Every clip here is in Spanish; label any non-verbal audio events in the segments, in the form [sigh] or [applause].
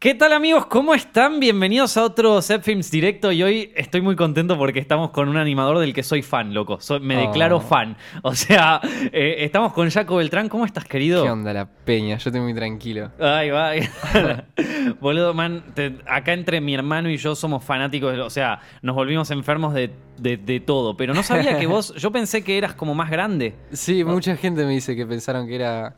¿Qué tal amigos? ¿Cómo están? Bienvenidos a otro Set Films Directo y hoy estoy muy contento porque estamos con un animador del que soy fan, loco. Soy- me declaro Oh. fan. O sea, eh, estamos con Jaco Beltrán. ¿Cómo estás, querido? ¿Qué onda la peña? Yo estoy muy tranquilo. Ay, va. [laughs] Boludo, man, te- acá entre mi hermano y yo somos fanáticos, de lo- o sea, nos volvimos enfermos de, de- de todo, pero no sabía que [laughs] vos, yo pensé que eras como más grande. Sí, Ah. mucha gente me dice que pensaron que era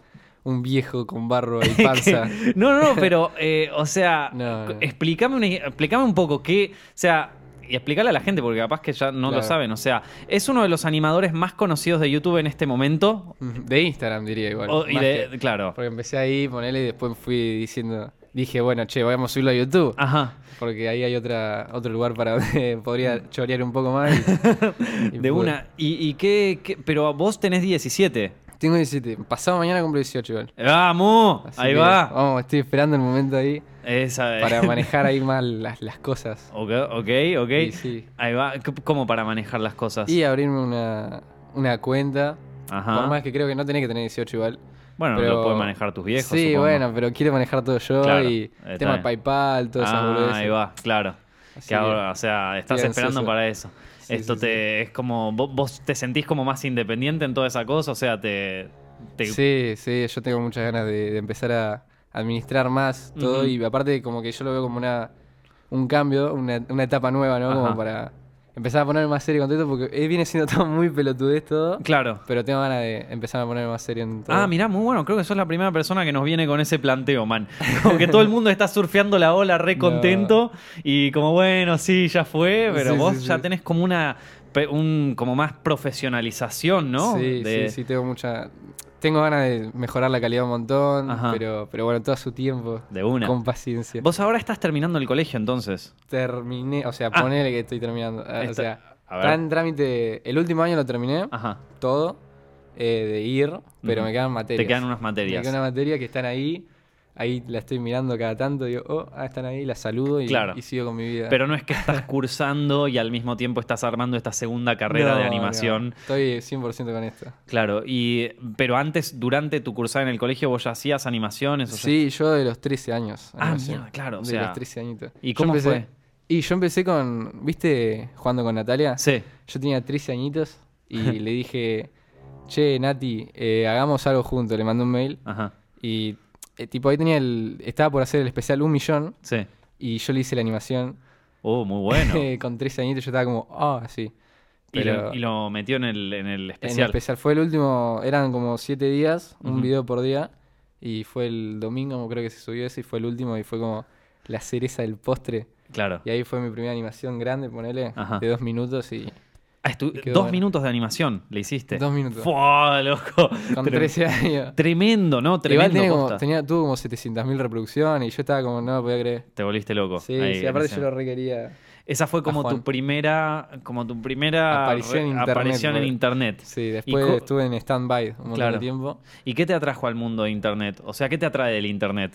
un viejo con barro [laughs] y panza. No, no, no, [laughs] pero, eh, o sea, No, no. Explícame, un, explícame un poco qué, o sea, y explícale a la gente porque capaz que ya no lo Claro. saben, o sea, es uno de los animadores más conocidos de YouTube en este momento. de Instagram diría igual. O- Oh, y más de- que- claro. porque empecé ahí, ponele, y después fui diciendo, dije, bueno, che, vamos a subirlo a YouTube. Ajá. Porque ahí hay otra, otro lugar para donde [laughs] podría chorear un poco más. [laughs] y- y Mm. De pude. una. ¿Y, y qué, qué- Pero vos tenés 17. Tengo 17. Pasado mañana cumplo 18 igual. ¡Vamos! Así Ahí que, va. Vamos, estoy esperando el momento ahí Esa es. para manejar ahí mal las, las cosas. [laughs] Ok, ok, ok. Y sí. Ahí va. C- ¿Cómo para manejar las cosas? Y abrirme una, una cuenta. Ajá. Por más que creo que no tenés que tener 18 igual. Bueno, pero- lo pueden manejar tus viejos. Sí, supongo. bueno, pero quiero manejar todo yo Claro, y está tema bien. PayPal, todas esas Ah, boludeces. ahí va, claro. Así que que- ahora, o sea, estás Estoy esperando ansioso. para eso. Sí, Esto sí, te es como vo- vos, te sentís como más independiente en toda esa cosa, o sea, te, te- Sí, sí, yo tengo muchas ganas de, de empezar a administrar más todo Ujú. y aparte como que yo lo veo como una un cambio, una, una etapa nueva, ¿no? Ajá. Como para empezar a ponerme más serio con todo esto porque eh, viene siendo [laughs] todo muy pelotudez todo, claro. pero tengo ganas de empezar a ponerme más serio en todo. Ah, mirá, muy bueno. Creo que sos la primera persona que nos viene con ese planteo, man. Como que todo el mundo está surfeando la ola re [laughs] No. contento y como, bueno, sí, ya fue, pero Sí, vos sí, ya sí. tenés como una pe- un, como más profesionalización, ¿no? Sí, De- sí, sí, tengo mucha... Tengo ganas de mejorar la calidad un montón, Ajá. pero, pero bueno, todo a su tiempo. De una. Con paciencia. Vos ahora estás terminando el colegio, entonces. Terminé, o sea, Ah. ponele que estoy terminando. Ah, Está- o sea, a ver. está en trámite. El último año lo terminé, Ajá. todo, eh, de ir, pero Ujú. me quedan materias. Te quedan unas materias. Me queda una materia que están ahí. Ahí la estoy mirando cada tanto, digo, oh, ah, están ahí, la saludo y, Claro. y sigo con mi vida. Pero no es que estás [laughs] cursando y al mismo tiempo estás armando esta segunda carrera No, de no, animación. estoy 100% con esto. Claro, y pero antes, durante tu cursada en el colegio, vos ya hacías animaciones. o sea- Sí, yo de los 13 años. Ah, animación. mierda, claro, o De sea, los 13 añitos. ¿y Yo cómo empecé- Y yo empecé con, ¿viste? Jugando con Natalia. Sí. Yo tenía 13 añitos y [laughs] le dije, che, Nati, eh, hagamos algo juntos. Le mandé un mail Ajá. y eh, tipo ahí tenía el, estaba por hacer el especial Un Millón Sí. y yo le hice la animación. Oh, muy bueno. [laughs] con 13 añitos yo estaba como, ah, sí. y, Pero lo, y lo metió en el, en el en el especial. especial fue el último, eran como 7 días, un Ujú. video por día y fue el domingo creo que se subió ese y fue el último y fue como la cereza del postre. claro. Y ahí fue mi primera animación grande, ponele, Ajá. de dos minutos y Ah, estu- y dos quedó bueno. minutos de animación le hiciste. Dos minutos. ¡Fua, loco! con Tre- 13 años. Tremendo, ¿no? Igual Tremendo. tiene como- posta. tenía, tuvo como 700.000 reproducciones y yo estaba como, no lo podía creer. Te volviste loco. Sí, Oh, ahí, sí, en aparte ese- yo lo requería. Esa fue como tu Juan. primera, como tu primera Aparición en re- internet, aparición en boludo. internet. Sí, co- después estuve en stand-by un montón Claro. de tiempo. ¿Y qué te atrajo al mundo de Internet? O sea, ¿qué te atrae del Internet?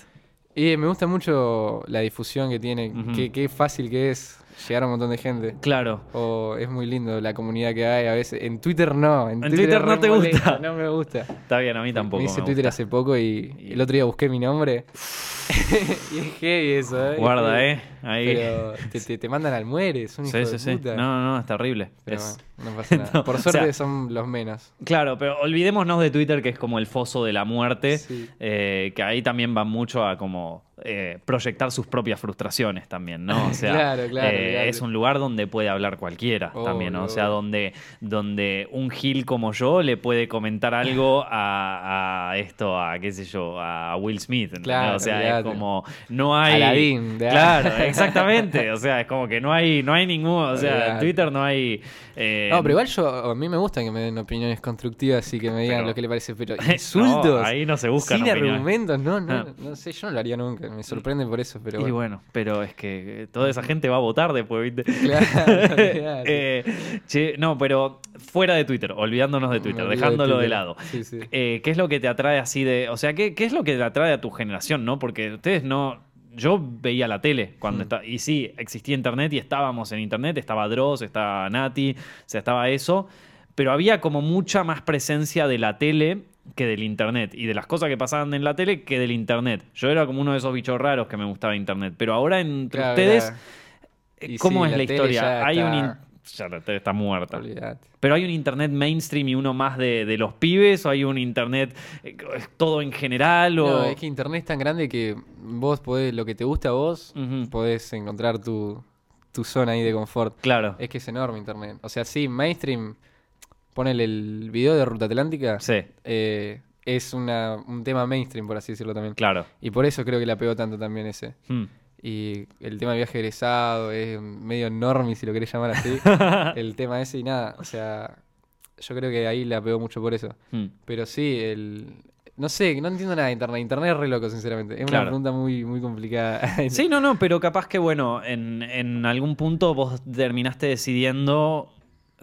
Y eh, me gusta mucho la difusión que tiene, Ujú. qué, qué fácil que es llegar a un montón de gente. Claro. O es muy lindo la comunidad que hay a veces. En Twitter no. En, En Twitter es no re te molesto, gusta. No me gusta. Está bien, a mí tampoco. me hice me Twitter gusta. hace poco y, Y- el otro día busqué mi nombre. [laughs] y es heavy eso, ¿eh? Guarda, ¿eh? Ahí. Pero te, te- te mandan al muere, es un hijo sí, sí, de sí. puta. No, no, no, es terrible. Pero Es- bueno, [laughs] no pasa nada. No, Por o suerte sea- son los menos. Claro, pero olvidémonos de Twitter, que es como el foso de la muerte, Sí. eh, que ahí también va mucho a como eh, proyectar sus propias frustraciones también, ¿no? [laughs] O sea, Claro, claro, eh, claro. es un lugar donde puede hablar cualquiera Obvio, también, ¿no? O sea, obvio. donde, donde un gil como yo le puede comentar [laughs] algo a, a esto, a qué sé yo, a Will Smith, ¿entendés? Claro, O sea, es olvídate. como, no hay... Aladín, de- Claro, exactamente. O sea, es como que no hay, no hay ningún, o sea, en Olvídate. Twitter no hay... eh, [laughs] No, pero igual yo, a mí me gusta que me den opiniones constructivas y que me digan Pero- lo que le parece, [laughs] pero no, insultos. ahí no se buscan sin opiniones. argumentos, no, no, Ah. no sé, yo no lo haría nunca, me sorprende por eso, pero Y bueno. bueno, pero es que eh, toda esa gente va a votar después, ¿viste? [laughs] Claro, [laughs] claro. Eh, che, no, pero fuera de Twitter, olvidándonos de Twitter, Me olvido dejándolo de, Twitter. lado. Sí, sí. Eh, ¿Qué es lo que te atrae así de.? O sea, ¿qué, qué es lo que te atrae a tu generación, no? Porque ustedes no. Yo veía la tele Hmm. cuando estaba. Y sí, existía internet y estábamos en internet. Estaba Dross, estaba Nati, o sea, estaba eso. Pero había como mucha más presencia de la tele que del internet y de las cosas que pasaban en la tele que del internet. Yo era como uno de esos bichos raros que me gustaba internet, pero ahora entre Claro, ustedes, claro. eh, Y ¿cómo sí, es la, la tele historia? ya Hay un... está- in- Ya la tele está muerta. Olvidate. Pero hay un internet mainstream y uno más de, de los pibes, o hay un internet eh, todo en general, o... No, es que internet es tan grande que vos podés, lo que te gusta a vos, Ujú. podés encontrar tu, tu zona ahí de confort. Claro. Es que es enorme internet. O sea, sí, mainstream, ponele el video de Ruta Atlántica, Sí, eh, es una, un tema mainstream, por así decirlo también. claro. Y por eso creo que la pegó tanto también ese. Hmm. Y el tema de viaje egresado es medio enorme, si lo querés [laughs] llamar así. el tema ese y nada. O sea, yo creo que ahí la pegó mucho por eso. Hmm. Pero sí, el. No sé, no entiendo nada de internet. Internet es re loco, sinceramente. Es Claro. una pregunta muy, muy complicada. Sí, no, no, pero capaz que, bueno, en, en algún punto vos terminaste decidiendo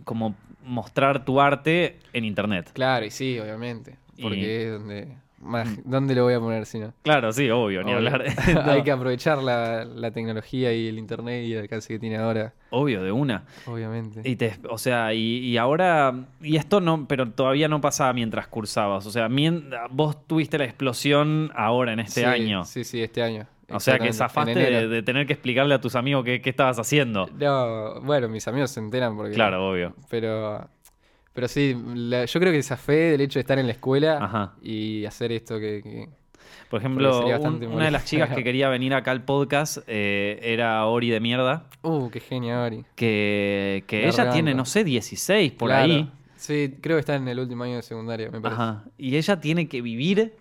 como mostrar tu arte en internet. Claro, y sí, obviamente. Porque Y- es donde. más- ¿Dónde lo voy a poner si no? Claro, sí, obvio, ni Obvio. hablar. [laughs] Hay No, que aprovechar la, la tecnología y el internet y el alcance que tiene ahora, Obvio, de una. obviamente. Y te- o sea, y, y ahora, y esto no, pero todavía no pasaba mientras cursabas. O sea, mien- vos tuviste la explosión ahora en este Sí, año. Sí, sí, este año. o sea, que Exactamente, en zafaste enero. de, de tener que explicarle a tus amigos qué, qué estabas haciendo. No, bueno, mis amigos se enteran porque. Claro, obvio. Pero. Pero sí, la- yo creo que zafé del hecho de estar en la escuela Ajá. y hacer esto que. que- Por ejemplo, Porque sería un- bastante una de las molesto. [laughs] chicas que quería venir acá al podcast eh, era Ori de mierda, Uh, qué genio, Ari. que, que La ella rebanco. tiene, no sé, 16 por Claro. ahí. Sí, creo que está en el último año de secundaria, me parece. Ajá. Y ella tiene que vivir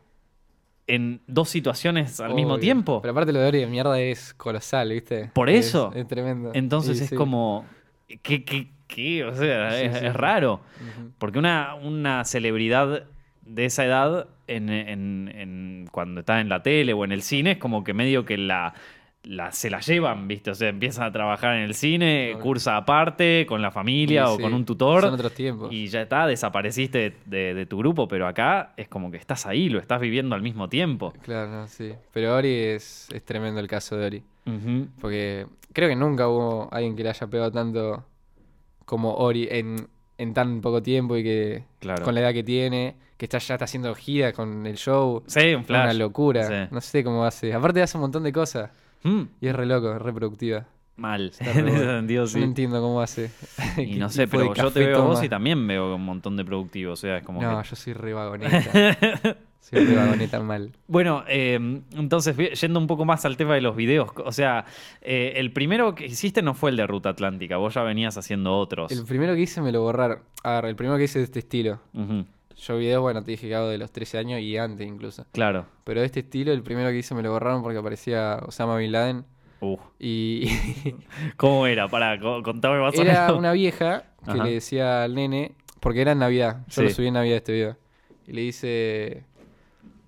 en dos situaciones al mismo Obvio. tiempo. Pero aparte lo de Ori de mierda es colosal, ¿viste? Por Es- eso. Es, tremendo. Entonces Sí, es sí. como, ¿qué, qué, qué? O sea, Sí, es, sí. es raro. Ujú. Porque una, una celebridad de esa edad, en, en- en- cuando está en la tele o en el cine, es como que medio que la, la- se la llevan, ¿viste? O sea, empiezan a trabajar en el cine, Obvio. cursa aparte, con la familia Sí, o sí. con un tutor. Son otros tiempos. Y ya está, desapareciste de, de- de tu grupo, pero acá es como que estás ahí, lo estás viviendo al mismo tiempo. Claro, no, sí. Pero Ori es, es tremendo el caso de Ori. Ujú. Porque creo que nunca hubo alguien que le haya pegado tanto como Ori en, en tan poco tiempo y que Claro. con la edad que tiene, que está, ya está haciendo gira con el show. Sí, un flash. Una locura. Sí. No sé cómo hace. Aparte hace un montón de cosas. Mm, Y es re loco, es reproductiva. mal. Está [laughs] re En ese bueno. sentido, No sí. entiendo cómo hace. Y [laughs] ¿Qué no sé, tipo de pero yo te café veo a vos toma? y también veo un montón de productivo. O sea, es como No, que. yo soy re vagoneta. [laughs] soy re vagoneta mal. Bueno, eh, entonces, vi- yendo un poco más al tema de los videos. O sea, eh, el primero que hiciste no fue el de Ruta Atlántica. Vos ya venías haciendo otros. El primero que hice me lo borraron. A ver, el primero que hice de este estilo. Ujú, Yo videos, bueno, te dije que hago de los 13 años y antes incluso. Claro. Pero de este estilo, el primero que hice me lo borraron porque aparecía Osama Bin Laden. Uh, Y [laughs] ¿Cómo era? Para, contame más o era menos. una vieja que Ajá. le decía al nene, porque era en Navidad, yo lo Sí. subí en Navidad este video. Y le dice,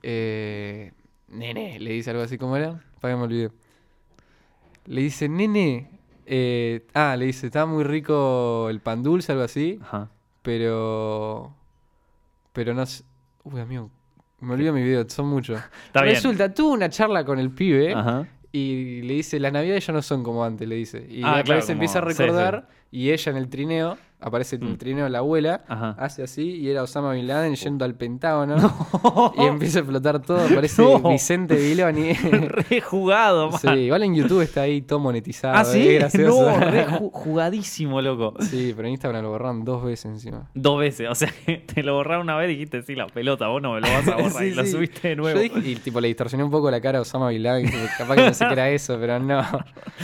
eh, nene, le dice algo así como era, para que me olvide. Le dice, nene, eh, ah, le dice, está muy rico el pan dulce, algo así, [laughs] Ajá. pero, pero no sé, uy, amigo, me olvido mi video, son muchos. [laughs] Está bien. Resulta, tuvo una charla con el pibe. Ajá. Y le dice, las navidades ya no son como antes, le dice. Y Ah, aparece, claro, como- empieza a sí, recordar, y ella en el trineo, aparece en el trineo la abuela, Mm. Ajá. Oh. hace así, y era Osama Bin Laden yendo al [laughs] Pentágono, y empieza a explotar todo, aparece No. [laughs] Vicente Viloni. Rejugado, man. sí, igual en YouTube está ahí todo monetizado. ¿Ah, es sí? [laughs] gracioso. No, re ju- jugadísimo, loco. [laughs] sí, pero en Instagram lo borraron dos veces encima. Dos veces, o sea, [laughs] te lo borraron una vez y dijiste, sí, la pelota, vos no me lo vas [laughs] a borrar Sí, y lo sí. subiste de Yo nuevo. dije- y tipo le distorsioné un poco la cara a Osama Bin Laden, que capaz que pensé que era eso, pero no.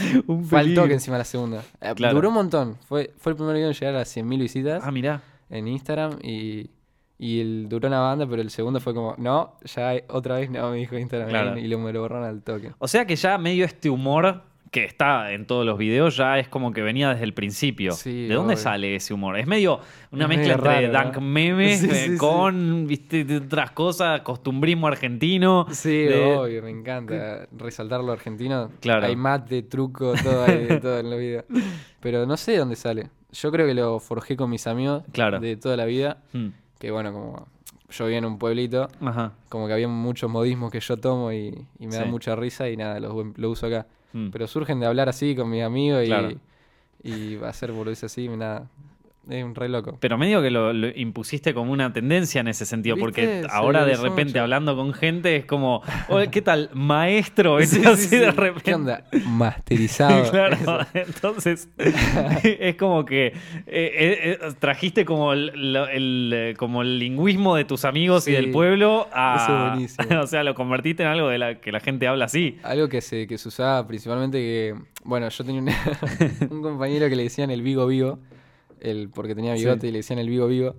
[laughs] Un Faltó peligro. que encima la segunda. Eh, Claro. Duró un montón. Fue, fue el primer video en llegar a 100.000 visitas Ah, mirá. en Instagram y, y el, duró una banda, pero el segundo fue como, no, ya hay- otra vez no, me dijo Instagram Claro. y lo, me lo borraron al toque. O sea que ya medio este humor que está en todos los videos ya es como que venía desde el principio. Sí, ¿De dónde obvio. sale ese humor? Es medio una mezcla Es medio entre raro, ¿no? dank memes Sí, eh, sí, sí. con viste, de otras cosas, costumbrismo argentino. Sí, de- obvio, me encanta resaltar lo argentino. Claro. Hay mate, truco, todo, hay de todo en la vida. Pero no sé de dónde sale. Yo creo que lo forjé con mis amigos Claro. de toda la vida, Hmm. que bueno, como yo vivía en un pueblito, Ajá. como que había muchos modismos que yo tomo y, y me da Sí. mucha risa y nada, lo, lo uso acá. Hmm. Pero surgen de hablar así con mis amigos y, Claro. y hacer boludeces así, nada. Es un [laughs] re loco. Pero medio que lo, lo impusiste como una tendencia en ese sentido, porque ¿Viste? ahora Se de viralizó repente mucho. hablando con gente es como, "Oye, ¿qué tal? Maestro, es [laughs] Sí, sí, así sí. de repente. ¿Qué onda? [laughs] Masterizado. Claro, Eso. entonces [laughs] es como que eh, eh, eh, trajiste como el, lo- el, eh, como el lingüismo de tus amigos y Sí, del pueblo a... eso es [laughs] buenísimo. o sea, lo convertiste en algo de la que la gente habla así. Algo que se, que se usaba principalmente que. Bueno, yo tenía [laughs] un, un compañero que le decían el Vigo Vigo, el, porque tenía Sí. bigote y le decían el Vigo Vigo.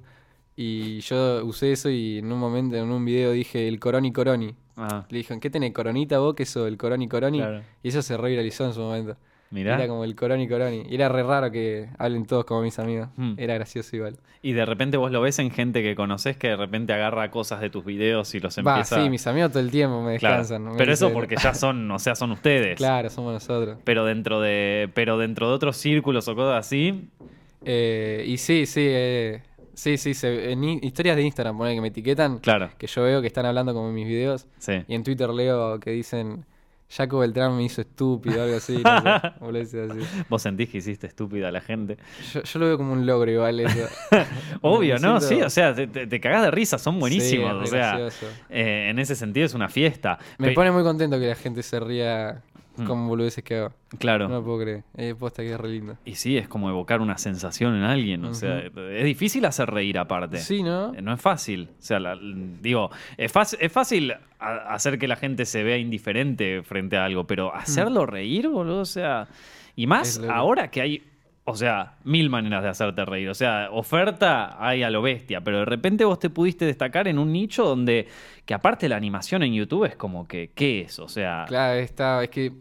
Y yo usé eso y en un momento, en un video dije el Coroni Coroni. Ah, Le dijeron, ¿qué tenés coronita vos? que eso? El Coroni Coroni. Claro. Y eso se revitalizó en su momento. mirá. Era como el Coroni Coroni. Y era re raro que hablen todos como mis amigos. Hmm. Era gracioso igual. Y de repente vos lo ves en gente que conoces que de repente agarra cosas de tus videos y los Va, empieza... sí, mis amigos todo el tiempo me Claro, descansan. me Pero eso dicen- porque ya son, o sea, son ustedes. Claro, somos nosotros. Pero dentro de. Pero dentro de otros círculos o cosas así. Eh, y sí, sí, eh, sí, sí, se- en i- historias de Instagram, ponen que me etiquetan, Claro. que yo veo que están hablando como en mis videos, Sí. y en Twitter leo que dicen, Jaco Beltrán me hizo estúpido, algo así, no [laughs] sé, boludeces así. Vos sentís que hiciste estúpida a la gente. Yo, yo lo veo como un logro [laughs] igual eso. Obvio, Me ¿no? siento- Sí, o sea, te, te- te cagás de risa, son buenísimos. Sí, o es re sea, gracioso. eh, en ese sentido es una fiesta. Me Pe- Mm. pone muy contento que la gente se ría con boludeces que hago. Claro. No lo puedo creer. Eh, posta que es re lindo. Y sí, es como evocar una sensación en alguien. O sea, es difícil hacer reír aparte. Sí, ¿no? Eh, No es fácil. O sea, la- digo, es, fácil- es fácil a- hacer que la gente se vea indiferente frente a algo, pero hacerlo reír, boludo, o sea. Y más Hmm. Es loco. ahora que hay, o sea, mil maneras de hacerte reír. O sea, oferta hay a lo bestia, pero de repente vos te pudiste destacar en un nicho donde, que aparte la animación en YouTube es como que, ¿qué es? O sea, Claro, está, es que,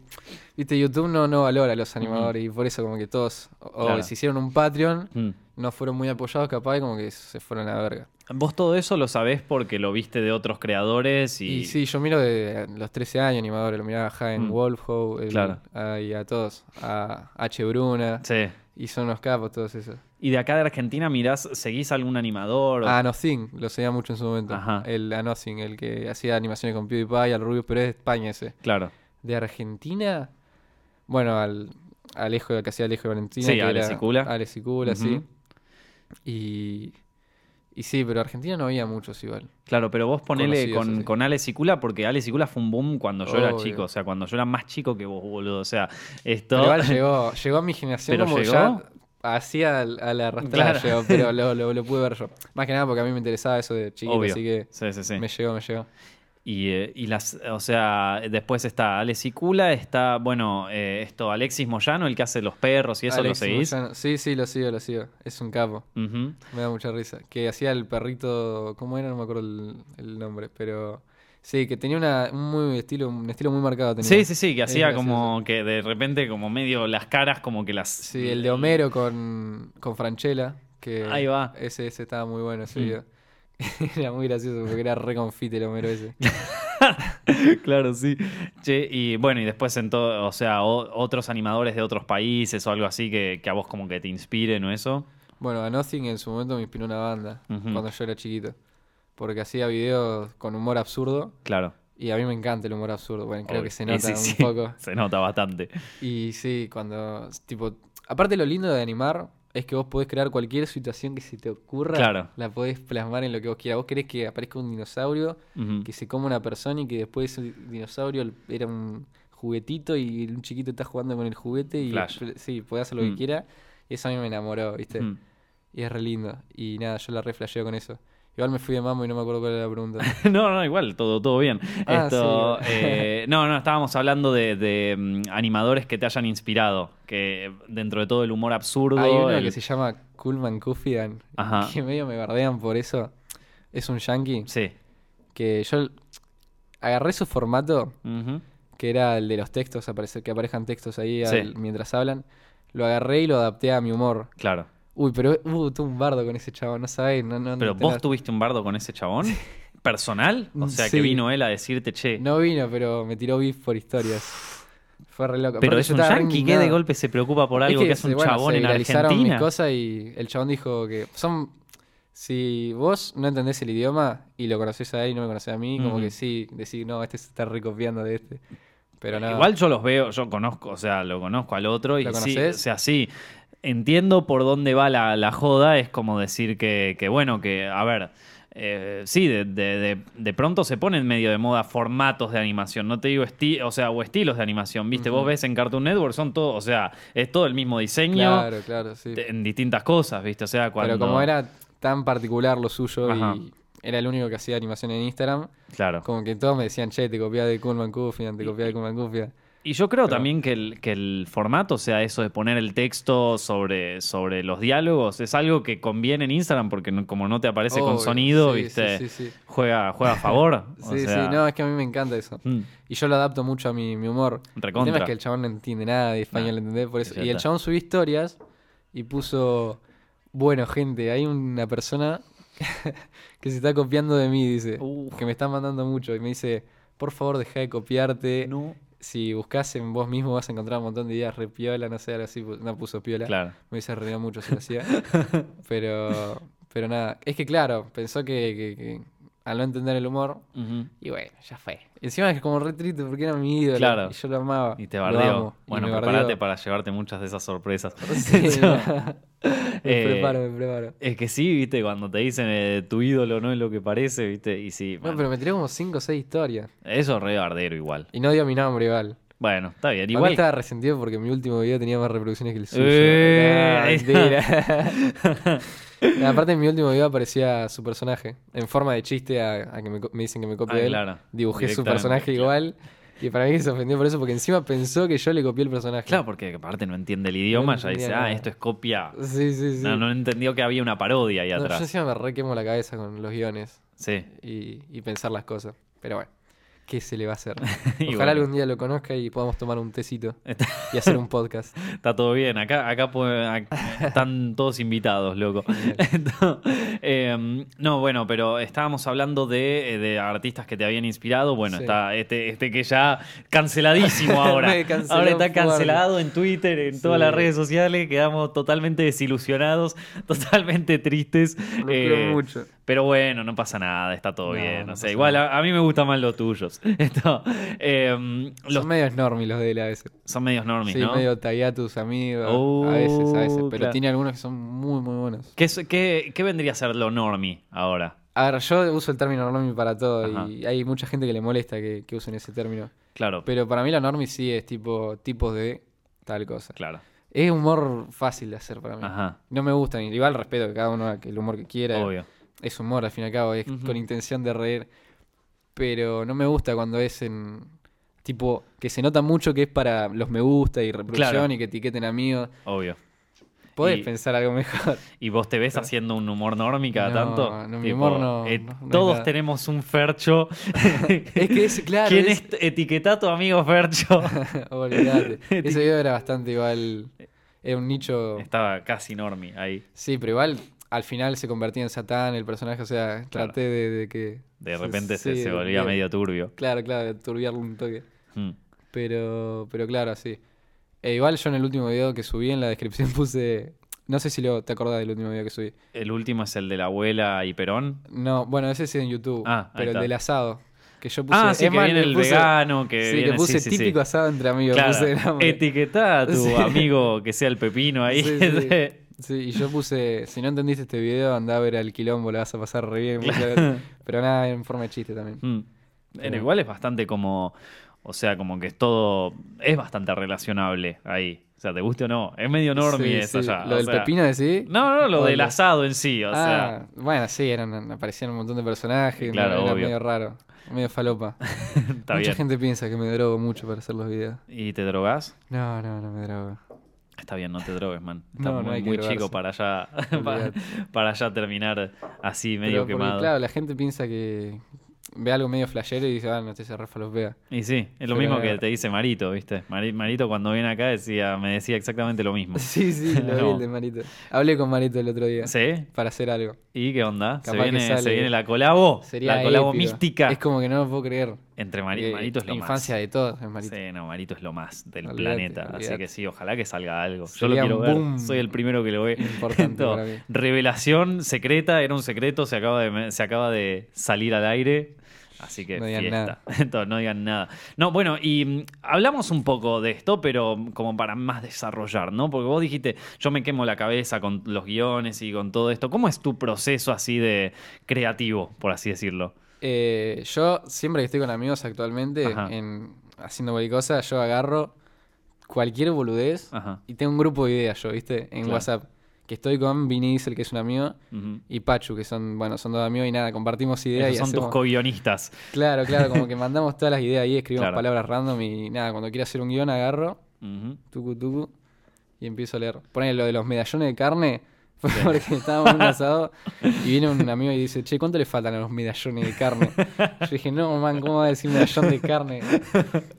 viste, YouTube no, no valora a los animadores y por eso como que todos, o o Claro. si hicieron un Patreon, mm. no fueron muy apoyados capaz y como que se fueron a la verga. vos todo eso lo sabés porque lo viste de otros creadores y. Y sí, yo miro de los 13 años animadores, lo miraba a Jaén Mm. Wolfhow el- Claro. a- y a todos, a H. Bruna, Sí. y son unos capos todos esos. Y de acá de Argentina mirás, ¿seguís algún animador? o- A Nothing, lo seguía mucho en su momento, Ajá. el a Nothing, el que hacía animaciones con PewDiePie, al Rubio, pero es de España ese. Claro. de Argentina. Bueno, al a Alejo, al que hacía Alejo y Valentina. Sí, que Ale era Sicula. Ale Sicula, Ujú. sí. Y, y sí, pero Argentina no había muchos igual. Claro, pero vos ponele Conocidos, con, así. con Ale Sicula, porque Ale Sicula fue un boom cuando yo era Obvio. chico, o sea, cuando yo era más chico que vos, boludo. O sea, Pero esto. igual [laughs] llegó, llegó a mi generación ¿Pero como llegó? ya hacía al- a la arrastrada Claro. llegó, [laughs] pero lo, lo- lo pude ver yo. Más que nada porque a mí me interesaba eso de chiquito, Obvio. así que Sí, sí, sí. me llegó, me llegó. Y, eh, y las, o sea, después está Ale Sicula, está, bueno, eh, esto, Alexis Moyano, el que hace los perros y eso Alex lo seguís. Moyano. Sí, sí, lo sigo, lo sigo. Es un capo. Ujú. Me da mucha risa. Que hacía el perrito. ¿Cómo era? No me acuerdo el, el nombre, pero. Sí, que tenía una, un, muy estilo, un estilo muy marcado. Tenía. Sí, sí, sí, que Es hacía como que de repente, como medio las caras, como que las. Sí, el de Homero con, con Franchella. Que Ahí va. Ese, ese estaba muy bueno ese Mm. video. [laughs] era muy gracioso porque era re confite el [laughs] Homero ese. [laughs] Claro, sí. Che, y bueno, y después en todo, o sea, o- otros animadores de otros países o algo así que, que a vos como que te inspiren o eso. Bueno, a Nothing en su momento me inspiró una banda. Ujú. Cuando yo era chiquito. Porque hacía videos con humor absurdo. Claro. Y a mí me encanta el humor absurdo. Bueno, creo Obvio. que se Y nota sí, un sí, poco. [laughs] Se nota bastante. Y sí, cuando, tipo, aparte lo lindo de animar es que vos podés crear cualquier situación que se te ocurra, Claro. la podés plasmar en lo que vos quieras. Vos querés que aparezca un dinosaurio, Ujú. que se coma una persona y que después ese dinosaurio l- era un juguetito y un chiquito está jugando con el juguete y Flash. pl- sí, podés hacer lo que Mm. quiera. Y eso a mí me enamoró, ¿viste? Mm. [laughs] Y es re lindo. Y nada, yo la re flasheo con eso. Igual me fui de mambo y no me acuerdo cuál era la [laughs] pregunta. No, no, igual, todo, todo bien. Ah, Esto, [laughs] sí. eh, no, no, estábamos hablando de, de, mm, animadores que te hayan inspirado, que dentro de todo el humor absurdo... Hay uno el- que se llama Coolman Kufidan, Ajá. que medio me bardean por eso. Es un yankee. Sí. que yo agarré su formato, Ujú. que era el de los textos, aparecer, que aparezcan textos ahí Sí. al- mientras hablan. Lo agarré y lo adapté a mi humor. Claro. Uy, pero hubo tuve un bardo con ese chavo, no sabés, no, no. Pero no vos tenés- tuviste un bardo con ese chabón, personal, o sea, que Mm, Sí. vino él a decirte, che... No vino, pero me tiró beef por historias. Fue re loco. Pero Aparte, es yo un estaba re yankee que de indignado. golpe se preocupa por algo que, es se- un bueno, chabón se en viralizaron mis Argentina. cosas y el chabón dijo que son. Si vos no entendés el idioma y lo conocés a él y no me conocés a mí, como Ujú. que sí, decís, no, este se está recopiando de este. Pero nada. Eh, Igual yo los veo, yo conozco, o sea, lo conozco al otro y ¿Lo sí, conocés? o sea, sí. entiendo por dónde va la, la joda. Es como decir que, que bueno, que, a ver, eh, sí, de, de- de- de pronto se ponen medio de moda formatos de animación. No te digo esti o sea, o estilos de animación, ¿viste? Vos ves en Cartoon Network, son todo, o sea, es todo el mismo diseño Claro, claro, sí. te- en distintas cosas, ¿viste? O sea, cuando. Pero como era tan particular lo suyo Ajá. y era el único que hacía animación en Instagram, Claro. como que todos me decían, che, te copiás de Coolman Kufian, te copiás de Coolman Kufian. Y yo creo Pero- también que el, que el formato, o sea, eso de poner el texto sobre, sobre los diálogos, es algo que conviene en Instagram porque no- como no te aparece con Obvio, sonido, sí, ¿viste? Sí, sí, sí. Juega, juega a [laughs] favor. o Sí, sea, sí, no, es que a mí me encanta eso. mm, Y yo lo adapto mucho a mi, mi humor. El tema Recontra. es que el chabón no entiende nada de español, Nah, ¿entendés? Por es eso. Y el cierto. chabón subió historias y puso, bueno, gente, hay una persona [laughs] que se está copiando de mí, dice, Uf. que me está mandando mucho y me dice, por favor, deja de copiarte. Si buscas en vos mismo vas a encontrar un montón de ideas re piola, no sé, algo así, pu- no puso piola. Claro. Me hubiese reído mucho si [laughs] lo hacía. pero, pero nada, es que claro, pensó que, que- que al no entender el humor, Ujú. y bueno, ya fue. Encima es como re triste porque era mi ídolo. Claro. Y yo lo amaba. Y te lo bardeo. amo, y Bueno, me prepárate bardeó. para llevarte muchas de esas sorpresas. [laughs] [laughs] Sí, No. me Eh, preparo, me preparo. Es que sí, viste, cuando te dicen eh, tu ídolo no es lo que parece, viste, y sí, No, man, pero me tiré como 5 o 6 historias. eso es re bardero igual. Y no dio mi nombre igual. Bueno, está bien, Igual igual. estaba resentido porque mi último video tenía más reproducciones que el suyo. Eh, Ah, ahí [laughs] mentira. Aparte, en mi último video aparecía su personaje. En forma de chiste a, a que me, co- me dicen que me copie Ah, de él. claro. Dibujé su Directamente, personaje claro. igual. Y para mí que se ofendió por eso, porque encima pensó que yo le copié el personaje. Claro, porque aparte no entiende el idioma, ya entendía dice, nada. ah, esto es copia. Sí, sí, sí. No, no entendió que había una parodia ahí No, atrás. yo encima me re quemo la cabeza con los guiones Sí. y, y pensar las cosas. Pero bueno, ¿qué se le va a [laughs] hacer? Y Ojalá bueno. algún día lo conozca y podamos tomar un tecito Está, y hacer un podcast. está todo bien. Acá, acá puede- ac- están todos invitados, loco. [laughs] Entonces, eh, no, bueno, pero estábamos hablando de, eh, de artistas que te habían inspirado. Bueno, Sí. está este, este que ya [laughs] canceladísimo ahora. Me canceló ahora está fuerte. cancelado en Twitter, en todas Sí. las redes sociales. Quedamos totalmente desilusionados, [laughs] totalmente tristes. Lo Eh, quiero mucho. Pero bueno, no pasa nada, está todo No, bien. No no sé, pasa igual a, a mí me gustan más los tuyos. [laughs] Esto, em, los Son medios normis los de él a veces. son medios normies, Sí, ¿no? medio taguea a tus amigos. Oh, a veces, a veces. Pero claro. tiene algunos que son muy, muy buenos. ¿Qué, es- qué- qué vendría a ser lo normie ahora? A ver, yo uso el término normie para todo Ajá. y hay mucha gente que le molesta que, que usen ese término. Claro, Pero para mí la normie sí es tipo tipos de tal cosa. claro. Es humor fácil de hacer para mí. Ajá, No me gustan. Igual respeto que cada uno haga el humor que quiera. obvio. Es humor, al fin y al cabo, es Ujú. con intención de reír. Pero no me gusta cuando es en. Tipo, que se nota mucho que es para los me gusta y reproducción Claro. y que etiqueten amigos. Obvio. Podés Y- pensar algo mejor. ¿Y vos te ves haciendo un humor normie cada No, tanto? eh, no, mi humor no- no- no es todos nada. tenemos un fercho. [laughs] [laughs] Es que es, claro. ¿Quién es- es? Etiquetá a tu amigo [laughs] fercho. [laughs] Olvidate. Ese video era bastante igual. Era un nicho. Estaba casi normie ahí. Sí, pero igual al final se convertía en Satán el personaje. O sea, Claro. traté de, de que. De repente se, sí, se volvía de- medio turbio. Claro, claro, de turbiarlo un toque. Mm. Pero, pero claro, sí. E igual yo en el último video que subí en la descripción [laughs] puse. No sé si lo, te acordás del último video que subí. El último es el de la abuela y Perón. No, bueno, ese sí en YouTube. Ah, ahí pero está. el del asado. Que yo puse. Ah, sí, es que más, viene le el puse- vegano, que Sí, viene, que puse sí, sí, típico sí. asado entre amigos. Claro, [laughs] puse el nombre. etiquetá a tu Sí. amigo que sea el pepino ahí. [laughs] Sí, sí. Sí, y yo puse. Si no entendiste este video, andá a ver al quilombo, la vas a pasar re bien. Pero nada, en forma de chiste también. Mm. Pero Pero- igual es bastante como, o sea, como que es todo, es bastante relacionable ahí. O sea, te guste o no, es medio normie Sí, eso sí. ya. Lo o del sea- pepino decís. No, no, lo O del lo- asado en sí, o ah, bueno, sí, eran, aparecían un montón de personajes. Claro, era obvio. medio raro. Medio falopa. sea, [laughs] [laughs] está Mucha bien. gente piensa que me drogo mucho para hacer los videos. ¿Y te drogas? No, no, no me drogo. Está bien, no te drogues, man. Está No, no muy, hay que muy drogarse. chico para ya, [laughs] para, Olvídate. para ya terminar así, medio Pero porque, quemado. claro, la gente piensa que ve algo medio flashero y dice, ah, no, este se refalopea. [laughs] Y sí, es lo Pero mismo que era- te dice Marito, ¿viste? Mari- Marito cuando viene acá decía, me decía exactamente lo [laughs] mismo. [laughs] Sí, sí, lo vi No. el de Marito. Hablé con Marito el otro día ¿Sí? para hacer algo. ¿Y qué onda? ¿Se Capaz que viene, se sale- viene la colabo? Sería la colabo épico. mística. Es como que no lo puedo creer. Entre Mari- Eh, Marito es lo infancia de todos en más. Marito. Sí, no, Marito es lo más del Olvídate, planeta. Así olvídate. que sí, ojalá que salga algo. Yo lo Sería quiero un ver. boom Soy el primero que lo ve. [laughs] importante para mí. Revelación secreta, era un secreto, se acaba de, se acaba de salir al aire. Así que No [laughs] digan fiesta. Entonces, no digan nada. No, bueno, y mm, hablamos un poco de esto, pero como para más desarrollar, ¿no? Porque vos dijiste, yo me quemo la cabeza con los guiones y con todo esto. ¿Cómo es tu proceso así de creativo, por así decirlo? Eh, yo siempre que estoy con amigos actualmente Ajá. en, haciendo cualquier cosa, yo agarro cualquier boludez Ajá. y tengo un grupo de ideas yo, ¿viste? Ah. En Claro. WhatsApp. Que estoy con Vinny Diesel, que es un amigo, Ujú. y Pachu, que son, bueno, son dos amigos y nada, compartimos ideas Esos y son tus hacemos- co-guionistas. Claro, claro, como que mandamos todas las ideas ahí, escribimos [laughs] Claro. palabras random y nada, cuando quiero hacer un guión agarro, Ujú. tucu tucu, y empiezo a leer. Ponen lo de los medallones de carne, [laughs] fue porque estábamos en un asado y [laughs] viene un amigo y dice, che, ¿cuánto le faltan a los medallones de carne? Yo dije, no, man, ¿cómo va a decir medallón de carne?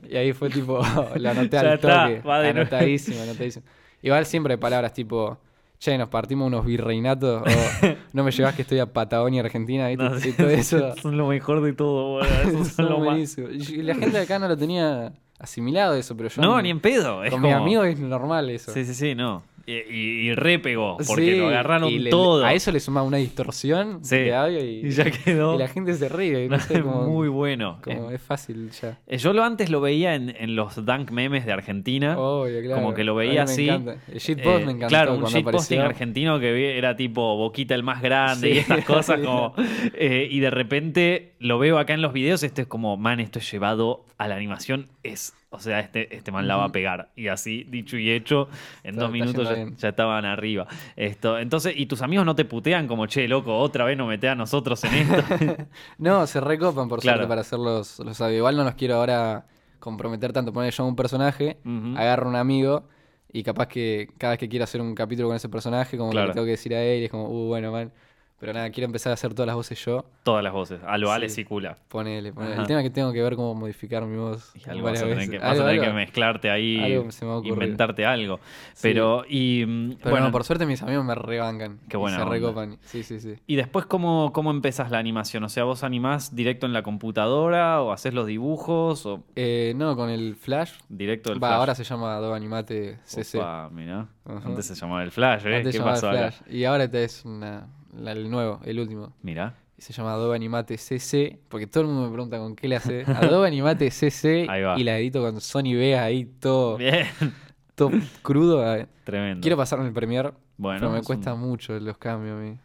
Y ahí fue tipo, [laughs] lo anoté Ya al está, toque, va de nuevo. anotadísimo, anotadísimo. Igual siempre hay palabras tipo... Che, nos partimos unos virreinatos. O no me llevas que estoy a Patagonia, Argentina. ¿viste? No, [laughs] Y todo eso. Son lo mejor de todo, boludo. Esos son [laughs] Son lo más- buenísimos. Y la gente de acá no lo tenía asimilado eso, pero yo. No, ni en pedo. Es Con como... mis amigos es normal eso. Sí, sí, sí, no. Y, y, y re pegó, porque Sí, lo agarraron y le- todo. A eso le sumaba una distorsión Sí, de audio [laughs] y, y ya quedó. y [laughs] la gente se ríe. no sé, Es como- muy bueno. como es fácil ya. Eh, Yo lo antes lo veía en, en los dank memes de Argentina. Obvio, claro. Como que lo A mí veía me así. encanta. El shitpost Eh, me encantó Claro, un cuando shitposting apareció. argentino que vi- era tipo Boquita el más grande y Sí. estas cosas. [laughs] como eh, Y de repente lo veo acá en los videos. Este es como, man, esto es llevado a la animación. Es, o sea, este, este man la va a pegar. Y así, dicho y hecho, en Está- dos está minutos yendo ya, bien. ya estaban arriba. Esto, entonces, y tus amigos no te putean como, che, loco, otra vez nos metés a nosotros en [laughs] esto. No, se recopan por Claro. suerte para hacer los, los audio. Igual no los quiero ahora comprometer tanto. Poner yo a un personaje, Ujú. agarro un amigo y capaz que cada vez que quiero hacer un capítulo con ese personaje, como que Claro. le tengo que decir a él, y es como, uh, bueno, man. Pero nada, quiero empezar a hacer todas las voces yo. Todas las voces. A lo Sí. Alex y Cula. Ponele, ponele. Ajá. El tema es que tengo que ver cómo modificar mi voz. Y algo vas varias a tener veces. que, vas a Algo, tener que algo. mezclarte ahí, algo se me ha ocurrido. inventarte algo. Pero, y mm, Pero bueno, no, por suerte mis amigos me rebancan. Qué y buena Se onda. recopan. Sí, sí, sí. y después, ¿cómo, ¿cómo empezás la animación? O sea, ¿vos animás directo en la computadora o haces los dibujos o Eh, no, con el Flash. directo del Va, Flash? ahora se llama Adobe Animate CC. Opa, mirá. Ajá. Antes se llamaba el Flash, ¿eh? Antes ¿Qué llamaba pasó acá? Flash. Y ahora este es una- la- el nuevo, el último. Mirá, Y se llama Adobe Animate CC, porque todo el mundo me pregunta con qué le [laughs] hace. Adobe Animate CC Ahí va. y la edito con Sony Vegas ahí todo, bien, [laughs] todo crudo. Ah, tremendo. Quiero pasarme el Premiere, Bueno, pero me es cuesta un- mucho los cambios a mí.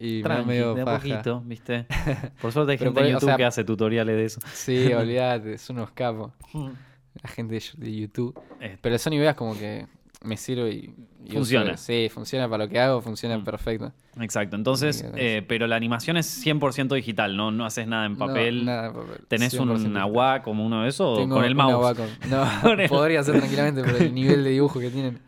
Y me da Tranqui, medio de a paja. poquito, [laughs] ¿viste? Por suerte hay Pero gente en por- o YouTube sea- que hace tutoriales de eso. [laughs] Sí, olvídate, son unos capos. La gente de YouTube. Este, Pero el Sony Vegas como que me sirve y... y uso- Funciona. Mm. sí, funciona para lo que hago, funciona perfecto. Exacto, entonces, Mira, eh, pero la animación es 100% digital, ¿no? No haces nada en No, papel. nada de papel, ¿Tenés un 100% agua como uno de esos o Tengo con el una mouse? Wacom. No, [laughs] Con el- podría hacer tranquilamente por [laughs] el nivel de dibujo que tienen.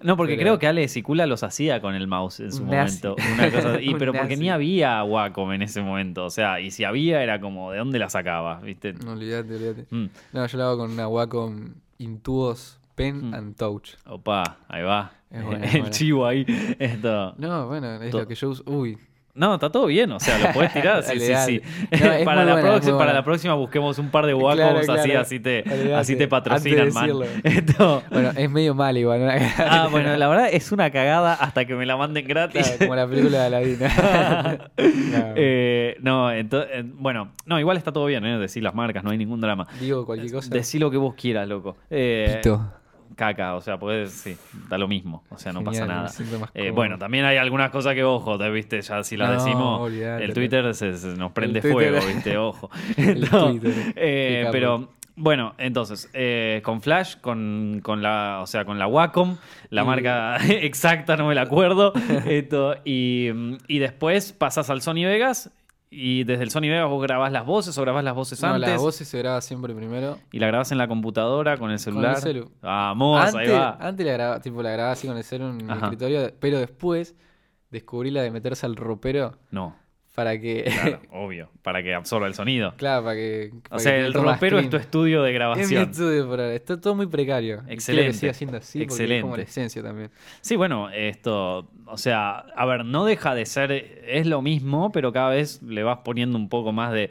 No, porque Pero- creo que Ale Sicula los hacía con el mouse en su Un nazi. momento. Una cosa [laughs] así. Y, Un pero porque ni nazi. había Wacom en ese momento. O sea, y si había era como, ¿de dónde la sacabas? ¿Viste? No, olvídate, olvídate. Mm. No, yo lo hago con una Wacom Intuos Pen Mm. and Touch. Opa, ahí va. [laughs] Es buena, es el buena. chivo ahí. Esto. No, bueno, es To- lo que yo uso. Uy, No, está todo bien. O sea, lo [laughs] podés tirar. Sí, Dale, sí, sí. dale. No, [laughs] es para, muy la buena, próxima- es muy para buena. la próxima busquemos un par de Wacoms Claro, así, claro. así te, Olvídate. así te patrocinan, Antes de man. decirlo. [laughs] [laughs] Esto. bueno, es medio mal igual. ¿no? Ah, bueno, la verdad es una cagada hasta que me la manden gratis. [laughs] Claro, como la película de [laughs] Aladina. Eh, no, ento- eh, bueno, no, igual está todo bien, ¿eh? Decir las marcas, no hay ningún drama. Digo cualquier cosa. Decí lo que vos quieras, loco. Eh, Pito. Caca, o sea, puedes, sí, da lo mismo, o sea, eh, no Genial, pasa me nada. siento más Eh, cómodo. bueno, también hay algunas cosas que, ojo, te viste, ya si las No, decimos, olvidate. el Twitter se, se nos prende Twitter. fuego, viste, ojo. [laughs] El [laughs] No, Twitter. eh, Qué capo. pero bueno, entonces, eh, con Flash, con, con la, o sea, con la Wacom, la Y- marca [laughs] exacta no me la [laughs] acuerdo, esto, y, mm, y después pasas al Sony Vegas y desde el Sony Vegas vos grabás las voces o grabás las voces No, antes las voces se graba siempre primero. y la grabás en la computadora con el celular. celu. Vamos, ahí antes, ah. va. antes la grababa, tipo, la grababa así con el celu en mi Ajá. escritorio, pero después descubrí la de meterse al ropero [laughs] No, para que. claro, obvio, para que absorba el sonido. claro, para que. O para sea, que el tenga más ropero es clean. tu estudio de Es mi grabación. estudio por ahora. Está todo muy precario. Y quiero Excelente. Que siga siendo así porque es como Excelente. la esencia también. Sí, bueno, esto, o sea, a ver, no deja de ser, es lo mismo, pero cada vez le vas poniendo un poco más de,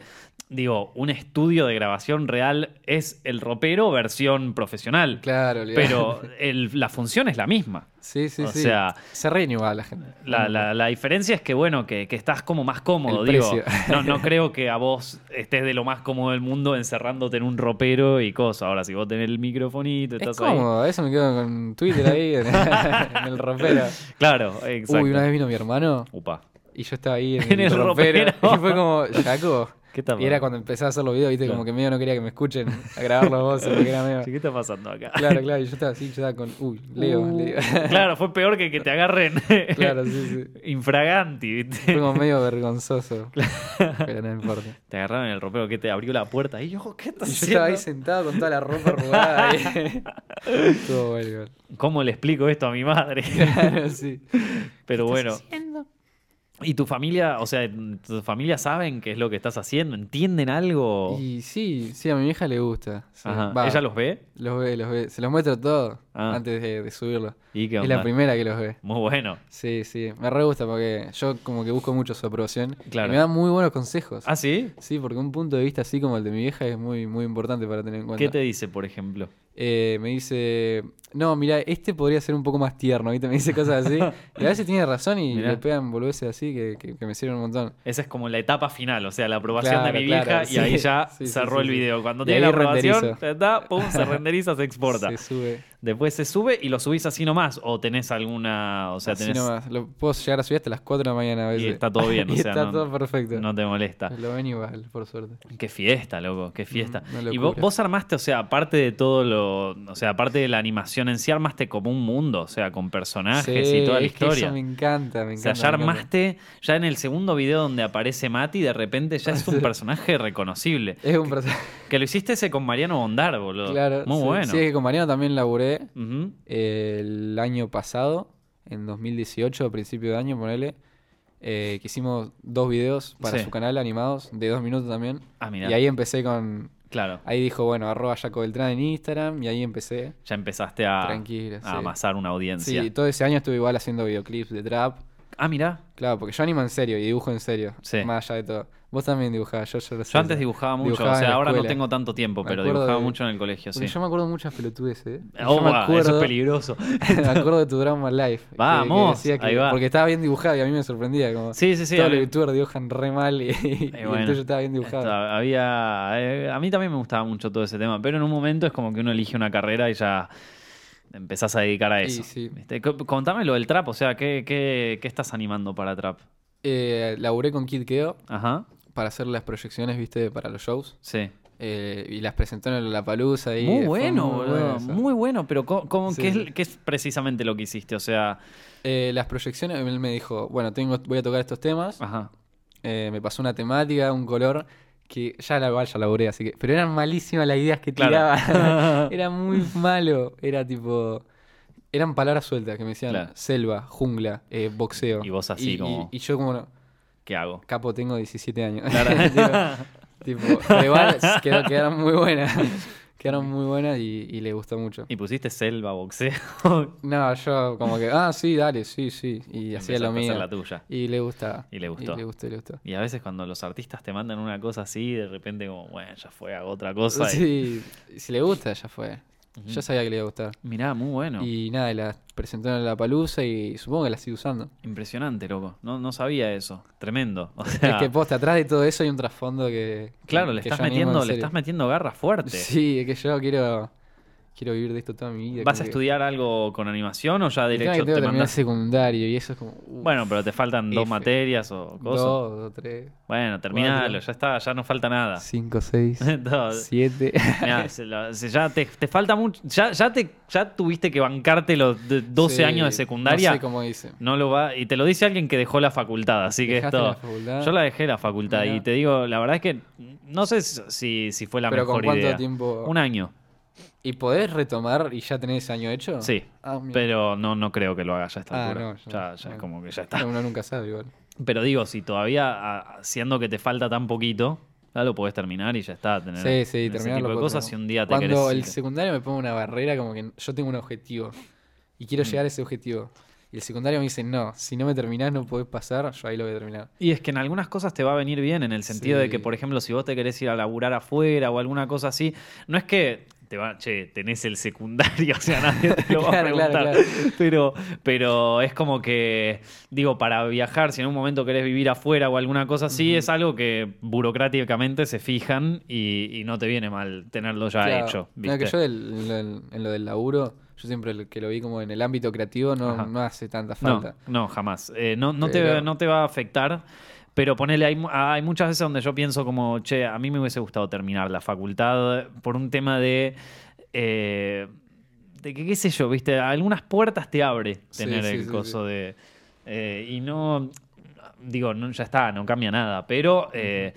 digo, un estudio de grabación real es el ropero versión profesional, Claro, olvidate. pero el- la función es la misma. Sí, sí, o sí. sea, Se reña igual la gente. La, la- la diferencia es que, bueno, que, que estás como más cómodo, El digo. precio. [laughs] No, no creo que a vos estés de lo más cómodo del mundo encerrándote en un ropero y cosas. Ahora, si vos tenés el microfonito, Es estás ahí. cómodo, eso me quedo con Twitter [laughs] ahí, en, en el ropero. Claro, exacto. Uy, una vez vino mi hermano Upa. y yo estaba ahí [laughs] en, En el el ropero. ropero. Y fue como, Jaco. ¿Qué está Y era cuando empecé a hacer los videos, viste, como Claro. que medio no quería que me escuchen a grabar los voces, porque era medio. Sí, [laughs] ¿Qué está pasando acá? Claro, claro, y yo estaba así, yo estaba con. Uy, Leo, Uh, Leo. [laughs] claro, fue peor que que te agarren claro, sí, sí. infraganti, ¿viste? Fue como [laughs] medio vergonzoso. Pero no importa. Te agarraron en el ropero que te abrió la puerta y yo, "Oh, ¿qué estás Y yo haciendo? estaba ahí sentado con toda la ropa arrugada. ahí. [laughs] Estuvo bueno. igual. ¿Cómo le explico esto a mi [laughs] madre? Claro, sí. [laughs] Pero bueno. haciendo? ¿Y tu familia, o sea, tu familia saben qué es lo que estás haciendo? ¿Entienden algo? Y sí, sí, a mi hija le gusta. sí. Ajá. Va, ¿Ella los ve? Los ve, los ve. Se los muestro todo Ah. antes de, de subirlo. ¿Y qué Es onda? la primera que los ve. Muy bueno. Sí, sí. Me re gusta porque yo como que busco mucho su aprobación. Claro. Y me da muy buenos consejos. ¿Ah, sí? Sí, porque un punto de vista así como el de mi vieja es muy, muy importante para tener en cuenta. ¿Qué te dice, por ejemplo? Eh, me dice, no, mira, este podría ser un poco más tierno, ¿viste? [laughs] Me dice cosas así. y a veces tiene razón y Mirá. le pegan boludeces así que, que- que me sirven un montón. Esa es como la etapa final, o sea, la aprobación Claro, de mi claro, vieja y sí. ahí ya Sí, sí, cerró sí, el sí. video. Cuando Y tiene la ahí aprobación, renderizo. ta, ta, pum, se renderiza, se exporta. Se sube. Después se sube y lo subís así nomás o tenés alguna, o sea, así tenés nomás. Lo puedo llegar a subir hasta las 4 de la mañana a y veces. está todo bien, [laughs] Y o sea, está no, todo perfecto. no te molesta. Lo ven igual, por suerte. Qué fiesta, loco, qué fiesta. Mm, una y vos, locura. vos armaste, o sea, aparte de todo lo. O sea, aparte de la animación en sí, armaste como un mundo, o sea, con personajes Sí, y toda la es que historia. eso me encanta, me o sea, ya encanta. me encanta. armaste, ya en el segundo video donde aparece Mati, de repente ya [laughs] es un personaje reconocible. Es [laughs] un personaje. Que lo hiciste ese con Mariano Bondar, boludo. Claro. Muy sí. bueno. Sí, es que con Mariano también laburé Ujú. eh, el año pasado, en 2018, a principio de año, ponele. eh, que hicimos dos videos para Sí. su canal animados, de dos minutos también. Ah, mirá. Y ahí empecé con. Claro. Ahí dijo, bueno, arroba Jaco Beltrán en Instagram. Y ahí empecé. Ya empezaste a, Tranquilo, a sí. amasar una audiencia. Sí, todo ese año estuve igual haciendo videoclips de trap. Ah, mirá. Claro, porque yo animo en serio y dibujo en serio. Sí. Más allá de todo. Vos también dibujabas, yo, yo lo sé. Yo antes dibujaba mucho, Dibujaba o en sea, la ahora no escuela. tengo tanto tiempo, Me pero acuerdo dibujaba de- mucho en el colegio, Porque sí. yo me acuerdo muchas pelotudes, ¿eh? [laughs] Yo Oh, me va, eso es peligroso. [laughs] me acuerdo de tu drama live. que- que Vamos, decía que- ahí va. Porque estaba bien dibujado y a mí me sorprendía. Como, Sí, sí, sí. todos a mí- los youtubers dibujan re mal y, y el bueno, tuyo estaba bien dibujado. Estaba- había, eh, a mí también me gustaba mucho todo ese tema, pero en un momento es como que uno elige una carrera y ya empezás a dedicar a Y eso. sí. ¿viste? Co- Contame lo del trap, o sea, ¿qué, qué, qué estás animando para trap? Eh, laburé con Kid Keo Ajá, para hacer las proyecciones, viste, para los shows. sí. Eh, y las presentó en la palusa y muy fue bueno, muy boludo, bueno eso. muy bueno, pero co- ¿cómo, Sí, qué, es, sí. qué es precisamente lo que hiciste? O sea, Eh, las proyecciones, él me dijo, bueno, tengo, voy a tocar estos temas. [laughs] ajá. Eh, me pasó una temática, un color que ya la igual ya laburé, así que. Pero eran malísimas las ideas que Claro. [laughs] tiraba. era muy malo. Era tipo. Eran palabras sueltas que me decían Claro. selva, jungla, eh, boxeo. Y vos así como- Y, y yo como, no, ¿Qué hago? capo, tengo 17 años. Claro. [laughs] tipo, [laughs] tipo, pero igual quedó- quedaron muy buenas. quedaron muy buenas y, y le gustó mucho. y pusiste selva, boxeo. No, yo como que, ah, sí, dale, sí, sí. Y empezaste hacía a lo hacer mío. la tuya. Y le gustaba. Y le gustó. Y le gustó, y le gustó. Y a veces cuando los artistas te mandan una cosa así, de repente como, bueno, ya fue, hago otra cosa. y- Sí, si le gusta, ya fue. Yo sabía que le iba a gustar. Mirá, muy bueno. Y nada, la presentó en la palusa y supongo que la sigue usando. Impresionante, loco. No, no sabía eso. Tremendo. O sea, [laughs] Es que posta, atrás de todo eso hay un trasfondo que. claro, le que estás yo animo, metiendo, en le serio. estás metiendo garra fuerte. Sí, es que yo quiero. Quiero vivir de esto toda mi vida. ¿Vas a como que- estudiar algo con animación o ya Y claro que directo tengo te que terminar mandas? secundario y eso es como. uh, Bueno, pero te faltan dos F. materias o cosas. dos, dos, tres, Bueno, terminalo, Cuatro. ya está, ya no falta nada. [laughs] cinco, seis, No, [laughs] siete. mirá, se lo- se- ya te, te falta mucho. Ya, ya, te, ya tuviste que bancarte los de 12 Sí, años de secundaria. No sé cómo dice. No lo va. Y te lo dice alguien que dejó la facultad, así que ¿Dejaste esto. la facultad? Yo la dejé la facultad Mirá. y te digo, la verdad es que no sé si, si fue la Pero mejor ¿con cuánto idea. tiempo? Un año, ¿Y podés retomar y ya tenés ese año hecho? sí. Ah, mira. Pero no, no creo que lo haga ya a esta Ah, altura. no, ya ya- ya bueno. es como que ya está. Uno nunca sabe igual. Pero digo, si todavía, a- siendo que te falta tan poquito, ya lo podés terminar y ya está. Tener Sí, sí, ese tipo terminar los de cuatro. cosas si un día te Cuando querés el ir. secundario me pone una barrera, como que yo tengo un objetivo y Mm. quiero llegar a ese objetivo. Y el secundario me dice, no, si no me terminás no podés pasar, yo ahí lo voy a terminar. Y es que en algunas cosas te va a venir bien, en el sentido de que, Sí. por ejemplo, si vos te querés ir a laburar afuera o alguna cosa así, no es que te va, che, tenés el secundario, [laughs] o sea, nadie te lo va a Claro, preguntar. claro, Pero, pero es como que, digo, para viajar, si en un momento querés vivir afuera o alguna cosa así, es algo que burocráticamente se fijan y, y no te viene mal tenerlo ya Claro. hecho. No, que ¿viste? yo del- del- en lo del laburo, yo siempre el que lo vi como en el ámbito creativo Ajá. no, no hace tanta No, falta. no, jamás. Eh, no, no, te, Pero- no te va a afectar. Pero ponele, hay, mu- hay muchas veces donde yo pienso como, che, a mí me hubiese gustado terminar la facultad por un tema de. eh, de que, qué sé yo, viste, algunas puertas te abre Sí, tener sí, el sí, coso de. eh, y no. Digo, no, ya está, no cambia nada. Pero. eh,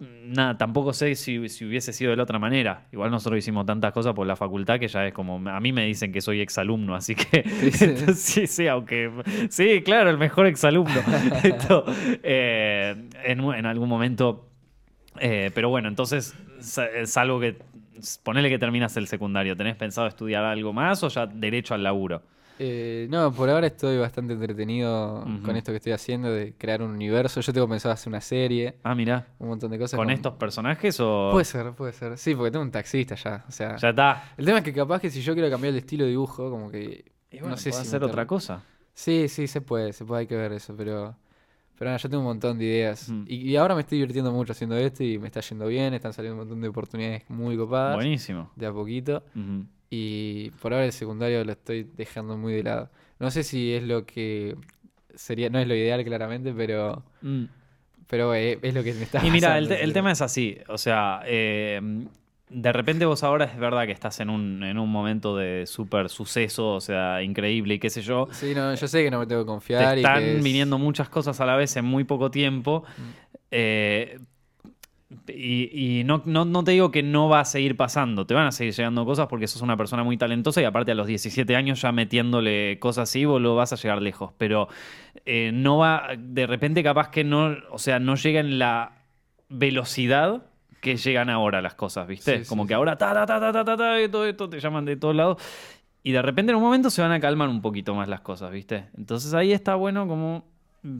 Nada, tampoco sé si, si hubiese sido de la otra manera. Igual nosotros hicimos tantas cosas por la facultad que ya es como. A mí me dicen que soy exalumno, así que. [laughs] sí. entonces, sí, sí, aunque. Sí, claro, el mejor [laughs] exalumno. Esto, eh, en, en algún momento. eh, pero bueno, entonces, sa- salvo que. Ponele que terminas el secundario. ¿Tenés pensado estudiar algo más o ya derecho al laburo? Eh, no, por ahora estoy bastante entretenido Ujú. con esto que estoy haciendo de crear un universo. Yo tengo pensado hacer una serie, Ah, mirá. un montón de cosas. ¿Con estos personajes o.? Puede ser, puede ser. Sí, porque tengo un taxista ya. O sea, Ya está. el tema es que capaz que si yo quiero cambiar el estilo de dibujo, como que. no sé si hacer meterme. otra cosa. Sí, sí, se puede, se puede, hay que ver eso, pero. Pero nada, yo tengo un montón de ideas. Mm. Y, y ahora me estoy divirtiendo mucho haciendo esto y me está yendo bien, están saliendo un montón de oportunidades muy copadas. Buenísimo. De a poquito. Ujú. Y por ahora el secundario lo estoy dejando muy de lado. No sé si es lo que sería, no es lo ideal claramente, pero, Mm. pero eh, es lo que me está Y mira, el, pasando, [laughs] te- el ¿sí? tema es así. O sea, eh, de repente vos ahora es verdad que estás en un, en un momento de súper suceso, o sea, increíble y qué sé yo. Sí, no, yo sé que no me tengo que confiar. Te y que están es- [laughs] Mm. viniendo muchas cosas a la vez en muy poco tiempo. Eh, y y no, no- no te digo que no va a seguir pasando, te van a seguir llegando cosas porque sos una persona muy talentosa y aparte a los 17 años ya metiéndole cosas así, vos lo vas a llegar lejos. Pero eh, no va, de repente capaz que no, o sea, no llega en la velocidad que llegan ahora las cosas, ¿viste? Sí, sí, Como que sí. ahora ta, ta, ta, ta, ta, ta, ta, y todo esto te llaman de todos lados. Y de repente en un momento se van a calmar un poquito más las cosas, ¿viste? Entonces ahí está bueno como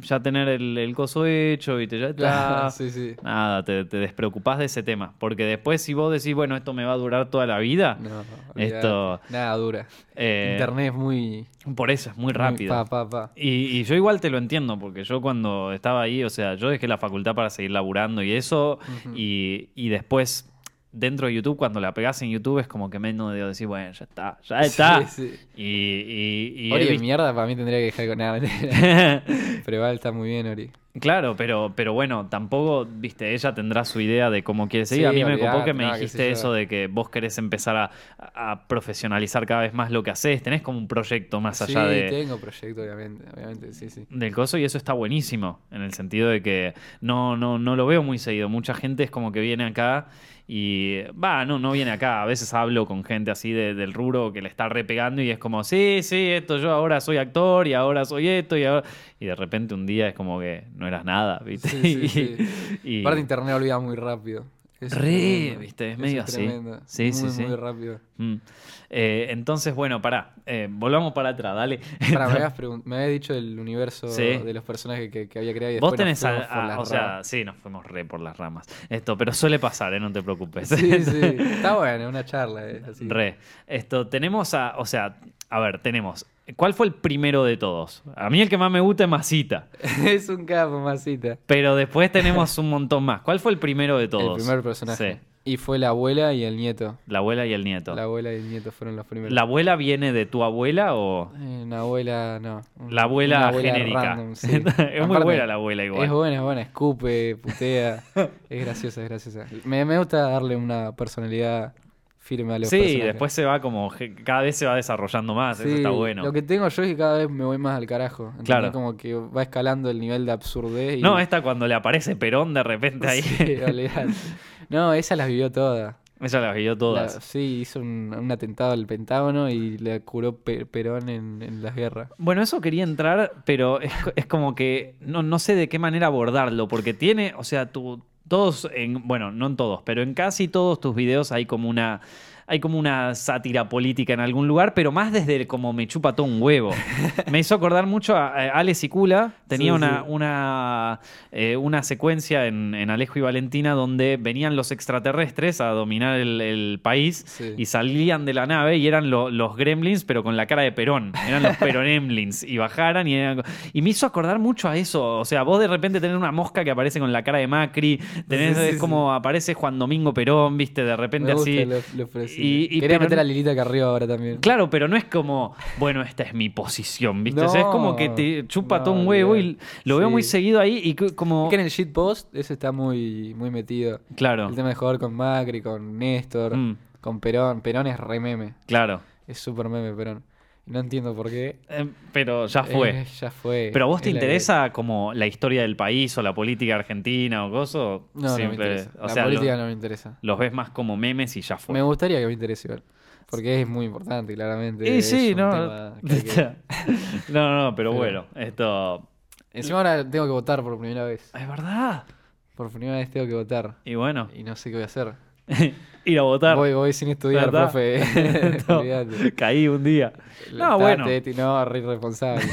ya tener el, el coso hecho, ¿viste? Ya está. Claro, sí, sí. Nada, te, te despreocupás de ese tema. Porque después, si vos decís, bueno, esto me va a durar toda la vida, No, Esto- olvidate. Nada dura. eh, Internet es muy. por eso es muy rápido. Pa, pa, pa. Y, y yo igual te lo entiendo, porque yo cuando estaba ahí, o sea, yo dejé la facultad para seguir laburando y eso, y, y después dentro de YouTube, cuando la pegás en YouTube, es como que menos de decir, bueno, ya está, ya está. [laughs] Sí, sí. Y, y, y he Ori de visto- mierda, para mí tendría que dejar con nada. [laughs] pero igual está muy bien, Ori. Claro, pero, pero bueno, tampoco, viste, ella tendrá su idea de cómo quiere seguir. Sí, a mí me olvidate, copó que me no, qué sé dijiste yo. eso de que vos querés empezar a, a profesionalizar cada vez más lo que haces. Tenés como un proyecto más allá sí, de, tengo proyecto, obviamente. Obviamente, sí, sí. del coso y eso está buenísimo en el sentido de que no no no lo veo muy seguido mucha gente es como que viene acá y va no no viene acá a veces hablo con gente así de- del rubro que le está repegando y es como sí sí esto yo ahora soy actor y ahora soy esto y ahora y de repente un día es como que no eras nada viste Sí, sí, [laughs] Y- y- Aparte, internet olvida muy rápido. Eso Re, tremendo. viste, es Eso medio así. tremendo. Sí, sí, Muy, sí. [laughs] Muy rápido. mm. Eh, entonces bueno pará eh, volvamos para atrás dale [laughs] Pará, me, habías pregun- me habías dicho el universo Sí. de los personajes que, que había creado. Y Vos después nos tenés al- fuimos por a- las o sea, ramas. sí, nos fuimos re por las ramas. Esto, pero suele pasar, ¿eh? no te preocupes. [laughs] Sí, sí. Está bueno, una charla. eh, así. Re. Esto, tenemos a. O sea, a ver, tenemos. ¿Cuál fue el primero de todos? A mí el que más me gusta es Masita. [laughs] es un capo, masita. Pero después tenemos [laughs] un montón más. ¿Cuál fue el primero de todos? El primer personaje. Sí. Y fue la abuela y el nieto. La abuela y el nieto. La La... abuela y el nieto fueron los primeros. abuela viene de tu abuela o.? Eh, Una abuela, no. un- La abuela, una genérica. [laughs] random, sí. es muy Aparte, buena la abuela igual. Es buena, es buena. Escupe, [laughs] putea. es graciosa, es graciosa. Me, me gusta darle una personalidad firme a los sí, personajes. después se va como. Cada vez se va desarrollando más. Sí, eso está bueno. Lo que tengo yo es que cada vez me voy más al carajo. ¿entendés? Claro. Como que va escalando el nivel de absurdez. Y... No, esta cuando le aparece Perón de repente ahí. [laughs] Sí, olvidate. no, esa las vivió todas. [laughs] Ella las vio todas. La- sí, hizo un, un atentado al Pentágono y le curó Pe- Perón en, en las guerras. Bueno, eso quería entrar, pero es, co- es como que no, no sé de qué manera abordarlo, porque tiene, o sea, tú, todos, en, bueno, no en todos, pero en casi todos tus videos hay como una, hay como una sátira política en algún lugar, pero más desde el como me chupa todo un [laughs] huevo. me hizo acordar mucho a, a Alex y Cula. Tenía Sí, una, sí. Una, eh, una secuencia en, en Alejo y Valentina donde venían los extraterrestres a dominar el, el país Sí. y salían de la nave y eran lo- los gremlins, pero con la cara de Perón. Eran [laughs] los peronemlins. y bajaran y eran- Y me hizo acordar mucho a eso. O sea, vos de repente tenés una mosca que aparece con la cara de Macri. Tenés Sí, sí, es sí. como aparece Juan Domingo Perón, viste, de repente Me gusta así. lo- lo ofrecido. y- y- Quería pero meter no- a Lilita acá arriba ahora también. Claro, pero no es como, bueno, esta es mi posición, ¿viste? O sea, es como que te No, chupa no, todo un huevo y olvidate. lo veo muy Sí. seguido ahí y cu- como... Es que en el shitpost ese está muy, muy metido. Claro, El tema de jugar con Macri, con Néstor, Mm. con Perón. Perón es re meme. claro. Es súper meme Perón. No entiendo por qué. Eh, pero ya fue. Eh, ya fue. pero a vos te Es la que- interesa como la historia del país o la política argentina o cosas. No, no me interesa. O la sea, lo- política no me interesa. los ves más como memes y ya fue. Me gustaría que me interese igual. Porque es muy importante, claramente. Y es sí, un no. [laughs] tema que hay que- no, no, pero bueno, esto... Encima ahora tengo que votar por primera vez. Es verdad. Por primera vez tengo que votar. Y bueno, Y no sé qué voy a hacer. ir a votar. [laughs] Voy, [laughs] voy sin estudiar, ¿Verdad? profe. [laughs] [laughs] No, Olvídate. Caí un día. Está No, bueno. Teti, no, re [laughs] irresponsable.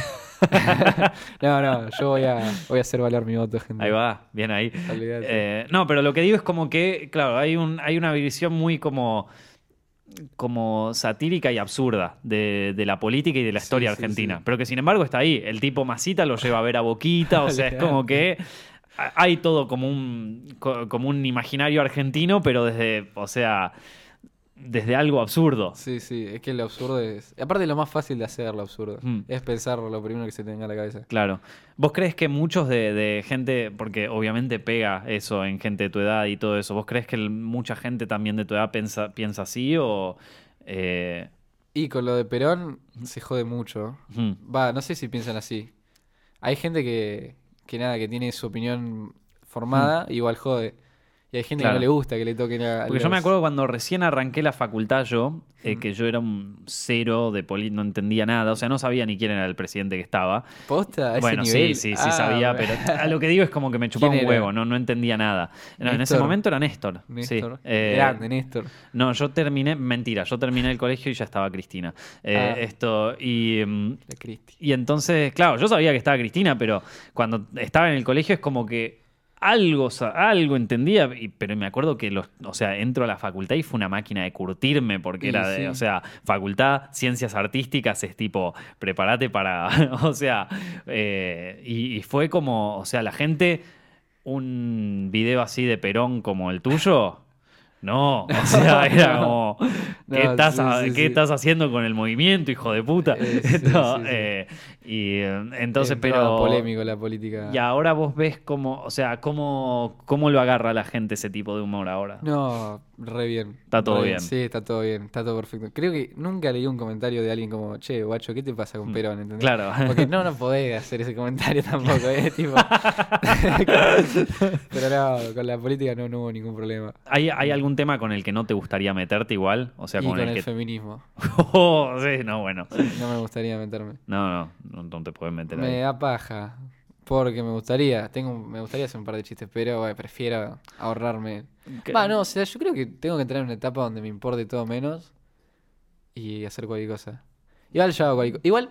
no, no, yo voy a, voy a hacer valer mi voto, gente. Ahí va, bien ahí. Olvídate. Eh, no, pero lo que digo es como que, claro, hay, un, hay una visión muy como, como satírica y absurda de, de la política y de la Sí, historia sí, argentina. sí. Pero que sin embargo está ahí. El tipo Masita lo lleva a ver a Boquita, [laughs] o sea, es como que a- hay todo como un, co- como un imaginario argentino, pero desde, o sea, desde algo absurdo. Sí, sí, es que lo absurdo es. Aparte, es lo más fácil de hacer lo absurdo Mm. es pensar lo primero que se tenga en la cabeza. Claro. ¿Vos crees que muchos de, de gente, porque obviamente pega eso en gente de tu edad y todo eso, ¿vos crees que el- mucha gente también de tu edad piensa, piensa así o... eh, Y con lo de Perón se jode mucho. hmm, Va, no sé si piensan así. Hay gente que, que nada, que tiene su opinión formada, igual jode. Y hay Hmm. gente Claro. que no le gusta que le toquen a. Porque yo me los- acuerdo cuando recién arranqué la facultad yo, eh, que yo era un cero de poli, no entendía nada, o sea, no sabía ni quién era el presidente que estaba. ¿Posta? a ese Bueno, sí, nivel? sí, sí Ah, sabía, bueno. pero a lo que digo es como [laughs] que me chupaba ¿Quién un era? huevo, no, no entendía nada. No, en ese Néstor. momento era Néstor. sí. Néstor. Eh, Grande, Néstor. No, yo terminé, mentira, yo terminé el colegio y ya estaba Cristina. Eh, Ah. Esto, y, mm, La Cristi. y entonces, claro, yo sabía que estaba Cristina, pero cuando estaba en el colegio es como que algo, sa- algo entendía, y- pero me acuerdo que, los, o sea, entro a la facultad y fue una máquina de curtirme, porque Y era, de, sí. o sea, facultad, ciencias artísticas, es tipo, prepárate para, [laughs] o sea, eh, y, y fue como, o sea, la gente, un video así de Perón como el tuyo. No, o [laughs] sea, era como, ¿qué, No, estás, sí, ha- sí, qué sí. estás haciendo con el movimiento, hijo de puta? Eh, sí, [laughs] No, sí, sí. eh, [laughs] y eh, entonces, Es un tema pero. polémico ah. la política. Y ahora vos ves cómo, o sea, cómo, cómo lo agarra la gente ese tipo de humor ahora. No, re bien. Está todo Re bien. Sí, está todo bien, está todo perfecto. Creo que nunca leí un comentario de alguien como, che, guacho, ¿qué te pasa con Perón? ¿Entendés? Hmm. [laughs] Claro. Porque no, no podés hacer ese comentario tampoco, ¿eh? Tipo... [laughs] Pero no, con la política no, no hubo ningún problema. [laughs] ¿Hay, hay algún tema con el que no te gustaría meterte igual? O sea, y con, con el, [laughs] el que. feminismo. Oh, sí, no, bueno. No me gustaría meterme. No, no, no, no te puedes meter Me ahí. da paja. Porque me gustaría, tengo, un- me gustaría hacer un par de chistes, pero eh, prefiero ahorrarme. Que- Va, no, o sea, yo creo que tengo que entrar en una etapa donde me importe todo menos y hacer cualquier cosa. Igual yo hago cualquier cosa. Igual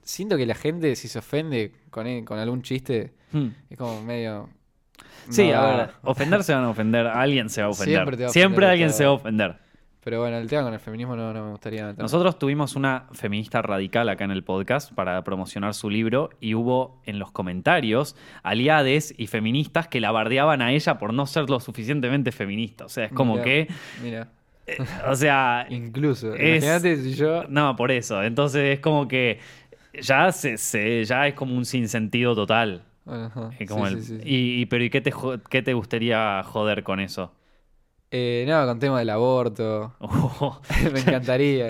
siento que la gente, si se ofende con, e- con algún chiste, Hmm. es como medio. Sí, no a da. ver, ofender se van a ofender, alguien se va a ofender. Siempre Siempre, te va a ofender alguien todo. se va a ofender. Pero bueno, el tema con el feminismo no, no me gustaría. meterme. Nosotros tuvimos una feminista radical acá en el podcast para promocionar su libro y hubo en los comentarios aliades y feministas que la bardeaban a ella por no ser lo suficientemente feminista. O sea, es como Mirá, que. Mira, eh, o sea. incluso. Es- Imagínate si [laughs] yo. No, por eso. Entonces es como que. Ya, se, se- ya es como un sinsentido total. Ajá, Es como sí, el- sí, sí, sí. Y, y- pero ¿y qué te, jo- qué te gustaría joder con eso? [laughs] Eh, no, con tema del aborto. [laughs] [laughs] me encantaría.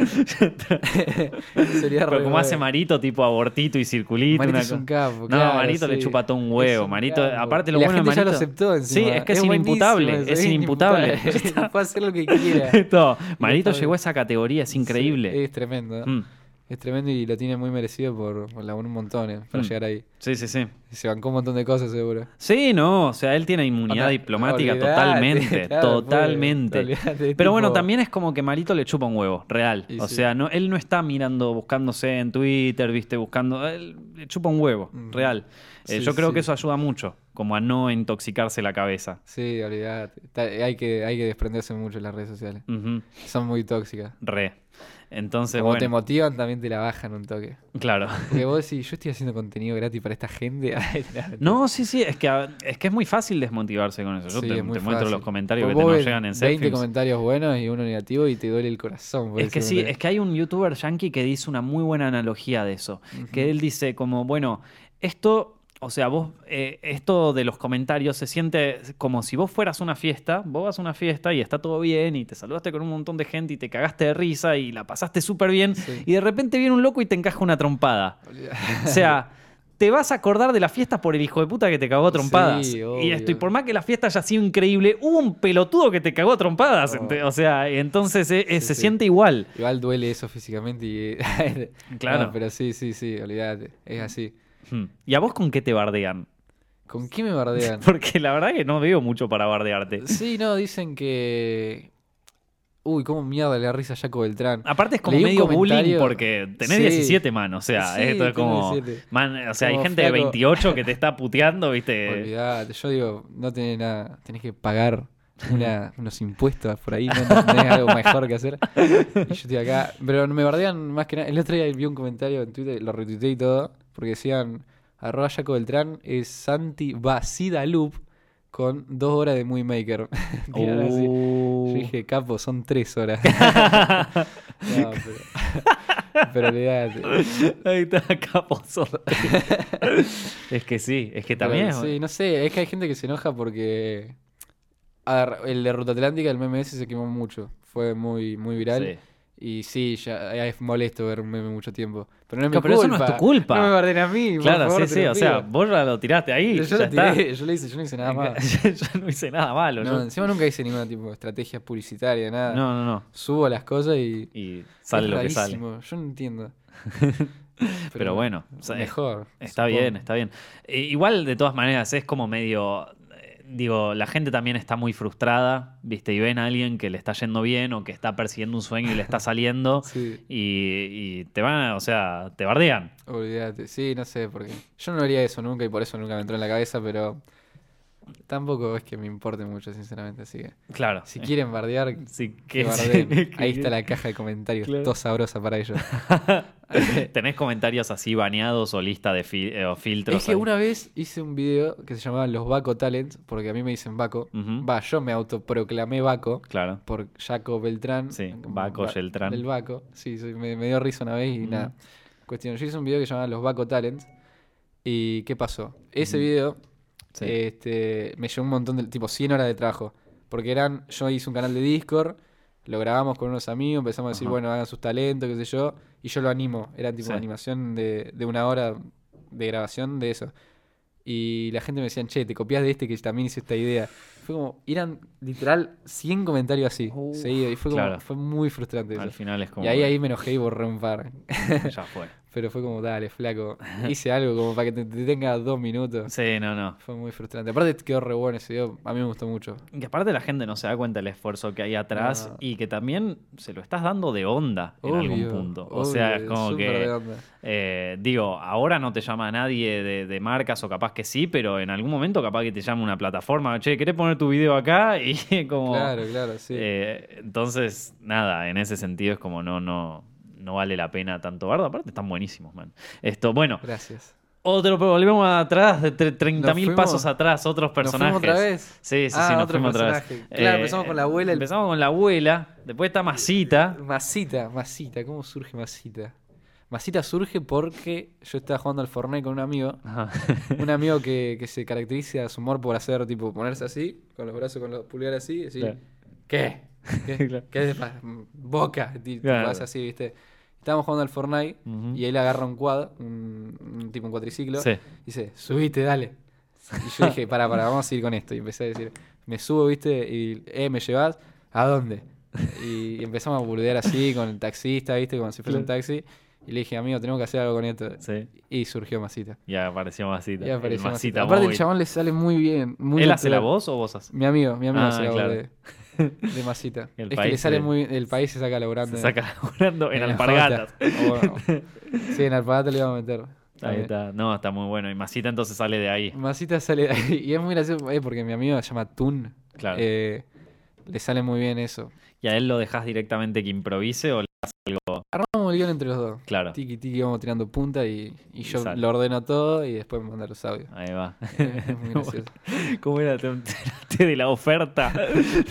[laughs] Sería Pero re como hace bueno. Marito, tipo abortito y circulito. Marito una es un co- capo, No, claro, Marito le sí. chupa todo un Es huevo. un Marito, capo. aparte Y lo la bueno de gente ya Marito. lo aceptó encima. Sí, es que es, buenísimo inimputable. eso, Es, inimputable. [laughs] [laughs] Puede hacer lo que quiera. Esto, Marito Está llegó bien. eh, a esa categoría, es increíble. es tremendo. Mm. Es Es tremendo y lo tiene muy merecido por, por laburar un montón eh, para Mm. llegar ahí. Sí, sí, sí. Se bancó un montón de cosas, seguro. Sí, no, o sea, él tiene inmunidad Onda, diplomática olvidate, totalmente, [laughs] claro, pues, totalmente. olvidate, Pero bueno, tipo- también es como que Marito le chupa un huevo, real. Y o sí. sea, no, él no está mirando, buscándose en Twitter, viste, buscando. Él le chupa un huevo, Mm. real. Eh, Sí, yo creo sí. que eso ayuda mucho, como a no intoxicarse la cabeza. Sí, olvidate. Ta- eh, Hay que, hay que desprenderse mucho de las redes sociales. Ujú, Son muy tóxicas. Re. Entonces, Como te bueno, motivan, también te la bajan un toque. claro. Porque vos decís, yo estoy haciendo contenido gratis para esta gente. [laughs] Ay, [laughs] No, sí, sí, es que, a- es que es muy fácil desmotivarse con eso. Yo Sí, te, es muy te muestro fácil. los comentarios Vos que te nos ves llegan en 20 Selfies. comentarios buenos y uno negativo y te duele el corazón. por Es que sí, decirlo. es que hay un youtuber yankee que dice una muy buena analogía de eso. Que él dice como, bueno, esto, o sea, vos, eh, esto de los comentarios se siente como si vos fueras a una fiesta, vos vas a una fiesta y está todo bien y te saludaste con un montón de gente y te cagaste de risa y la pasaste súper bien Sí. y de repente viene un loco y te encaja una trompada. O sea, te vas a acordar de la fiesta por el hijo de puta que te cagó a trompadas. Sí, y obvio. esto, y por más que la fiesta haya sido increíble, hubo un pelotudo que te cagó a trompadas. No. ente- O sea, entonces eh, eh, Sí, se sí. siente igual. Igual duele eso físicamente y... [laughs] Ah, Claro. No, pero sí, sí, sí, olvídate. Es así. Hmm. ¿Y a vos con qué te bardean? [laughs] ¿Con qué me bardean? Porque la verdad que no veo mucho para bardearte. sí, no, dicen que... Uy, cómo mierda le da risa a Jaco Beltrán. Aparte es como Leí un medio bullying comentario- porque tenés Sí. 17, man. O sea, Sí, esto es tengo como. 17. Man, o sea, hay Como gente de flaco. 28 [laughs] que te está puteando, ¿viste? Olvidate, yo digo, no tenés nada, tenés que pagar una- unos impuestos por ahí, no tenés algo mejor que hacer. Y yo estoy acá, pero me bardean más que nada. El otro día vi un comentario en Twitter, lo retuiteé y todo, porque decían, arroba Jaco Beltrán es Santi Basida Loop con dos horas de Movie Maker. [laughs] Tiraron así. Yo Uh. dije, capo, son tres horas. [laughs] No, pero... pero olvidate. [laughs] Ahí está, capo, [laughs] sorte. es que sí, es que Pero también. Sí, no sé, es que hay gente que se enoja porque. A ver, el de Ruta Atlántica, el meme ese se quemó mucho. Fue muy, muy viral. Sí. Y sí, ya es molesto ver un meme mucho tiempo. Pero no es mi No, pero eso culpa. no es tu culpa. No me barden a mí. por Claro, favor, sí, te sí. lo O sea, pido. vos ya lo tiraste ahí. Yo, ya lo está. tiré, yo lo hice, yo no [laughs] hice nada más. yo, yo no hice nada malo. yo- No, No, encima nunca hice ninguna tipo de estrategia publicitaria, nada. no, no, Subo las cosas y. Y sale es lo que sale. rarísimo, Yo no entiendo. [laughs] Pero bueno, o sea, Mejor. Está supongo. bien, está bien. E- igual, de todas maneras, es como medio. eh, Digo, la gente también está muy frustrada, ¿viste? Y ven a alguien que le está yendo bien o que está persiguiendo un sueño y [laughs] le está saliendo. Sí. y, y te van, a- o sea, te bardean. Olvídate, sí, no sé por qué. Yo no haría eso nunca y por eso nunca me entró en la cabeza, pero tampoco es que me importe mucho, sinceramente. Así que Claro. si [laughs] quieren bardear, Sí, que- eh, que [laughs] bardeen. que- Ahí está [laughs] la caja de comentarios, Claro. todo sabrosa [laughs] para ellos. ¿Tenés comentarios así baneados o lista de fi- eh, o filtros? es que ahí? una vez hice un video que se llamaba Los Baco Talents, porque a mí me dicen Baco. Ujú. Va, yo me autoproclamé Baco Claro. por Jaco Beltrán. Sí, como Baco Ba- Yeltrán. Del Baco, sí, sí, me, me dio risa una vez y Ujú. nada. Cuestión, yo hice un video que se llamaba Los Baco Talents. ¿Y qué pasó? Ese video Sí. este, me llevó un montón de, tipo 100 horas de trabajo. Porque eran, yo hice un canal de Discord, lo grabamos con unos amigos, empezamos a decir, Ajá. bueno, hagan sus talentos, qué sé yo, y yo lo animo. Era tipo Sí. animación de, de una hora de grabación de eso. Y la gente me decían, che, te copias de este que también hizo esta idea. Fue como, eran literal 100 comentarios así, Uf, seguido, y fue como, claro. fue muy frustrante Al eso. final es como. Y ahí, ahí me enojé y borré un par. [laughs] [laughs] Ya fue. Pero fue como, dale, flaco, hice algo como para que te, te tenga dos minutos. Sí, no, no. Fue muy frustrante. Aparte quedó re bueno ese video. A mí me gustó mucho. Que aparte la gente no se da cuenta del esfuerzo que hay atrás No. y que también se lo estás dando de onda en algún punto. O obvio, sea, es como súper de que, onda. eh, digo, ahora no te llama nadie de, de marcas o capaz que sí, pero en algún momento capaz que te llama una plataforma, che, ¿querés poner tu video acá? [laughs] Y como... Claro, claro, sí. eh, entonces, nada, en ese sentido es como no, no, no vale la pena tanto bardo. Aparte están buenísimos, man. Esto, bueno, Gracias. otro, volvemos atrás, de tre- Nos 30.000 fuimos- pasos atrás, otros fuimos personajes. otra vez? Sí, sí, Ah, sí, nos otro fuimos otra vez. Eh, personaje. Claro, empezamos con la abuela, el- Empezamos con la abuela, después está Masita. Masita, Masita. ¿Cómo surge Masita? Masita surge porque yo estaba jugando al Fortnite con un amigo. Ajá. [laughs] Un amigo que, que se caracteriza a su humor por hacer, tipo, ponerse así, con los brazos, con los pulgares así, y decir, Claro. [laughs] ¿qué? ¿Qué, Claro. ¿Qué te pasa? Boca. Y tipo, Claro. hace así, ¿viste? Estábamos jugando al Fortnite Ujú. y él agarra un quad, un, un tipo, un cuatriciclo, Sí. y dice, subite, dale. Y yo dije, para, para, vamos a ir con esto. Y empecé a decir, me subo, ¿viste? Y, eh, ¿me llevas? ¿A dónde? Y empezamos a burdear así con el taxista, ¿viste? Como si fuese un taxi. Y le dije, amigo, tenemos que hacer algo con esto. Sí. Y surgió Masita. Y apareció Masita. Y el apareció Masita Masita. Aparte, el móvil. chabón le sale muy bien. Muy ¿Él hace la natural. voz o vos haces? Mi amigo, mi amigo Ah, hace la voz claro. [laughs] de, de Masita. El es que le país sale se- muy bien. El país se saca laburando. Se en- saca [laughs] laburando en, la alpargatas. [laughs] posta. O bueno, sí, en alpargatas le iba a meter. Eh, Ahí está. No, está muy bueno. Y Masita entonces sale de ahí. Masita sale de ahí. [laughs] Y es muy gracioso eh, porque mi amigo se llama Tun. Claro. Eh, le sale muy bien eso. ¿Y a él lo dejas directamente que improvise o le- Armamos el guión entre los dos. Claro. Tiki tiki vamos tirando punta y, y yo sale. lo ordeno todo y después me manda los [laughs] audios. Ahí [laughs] va. Eh, es muy gracioso. ¿Cómo era? ¿Te enteraste de la oferta? [laughs]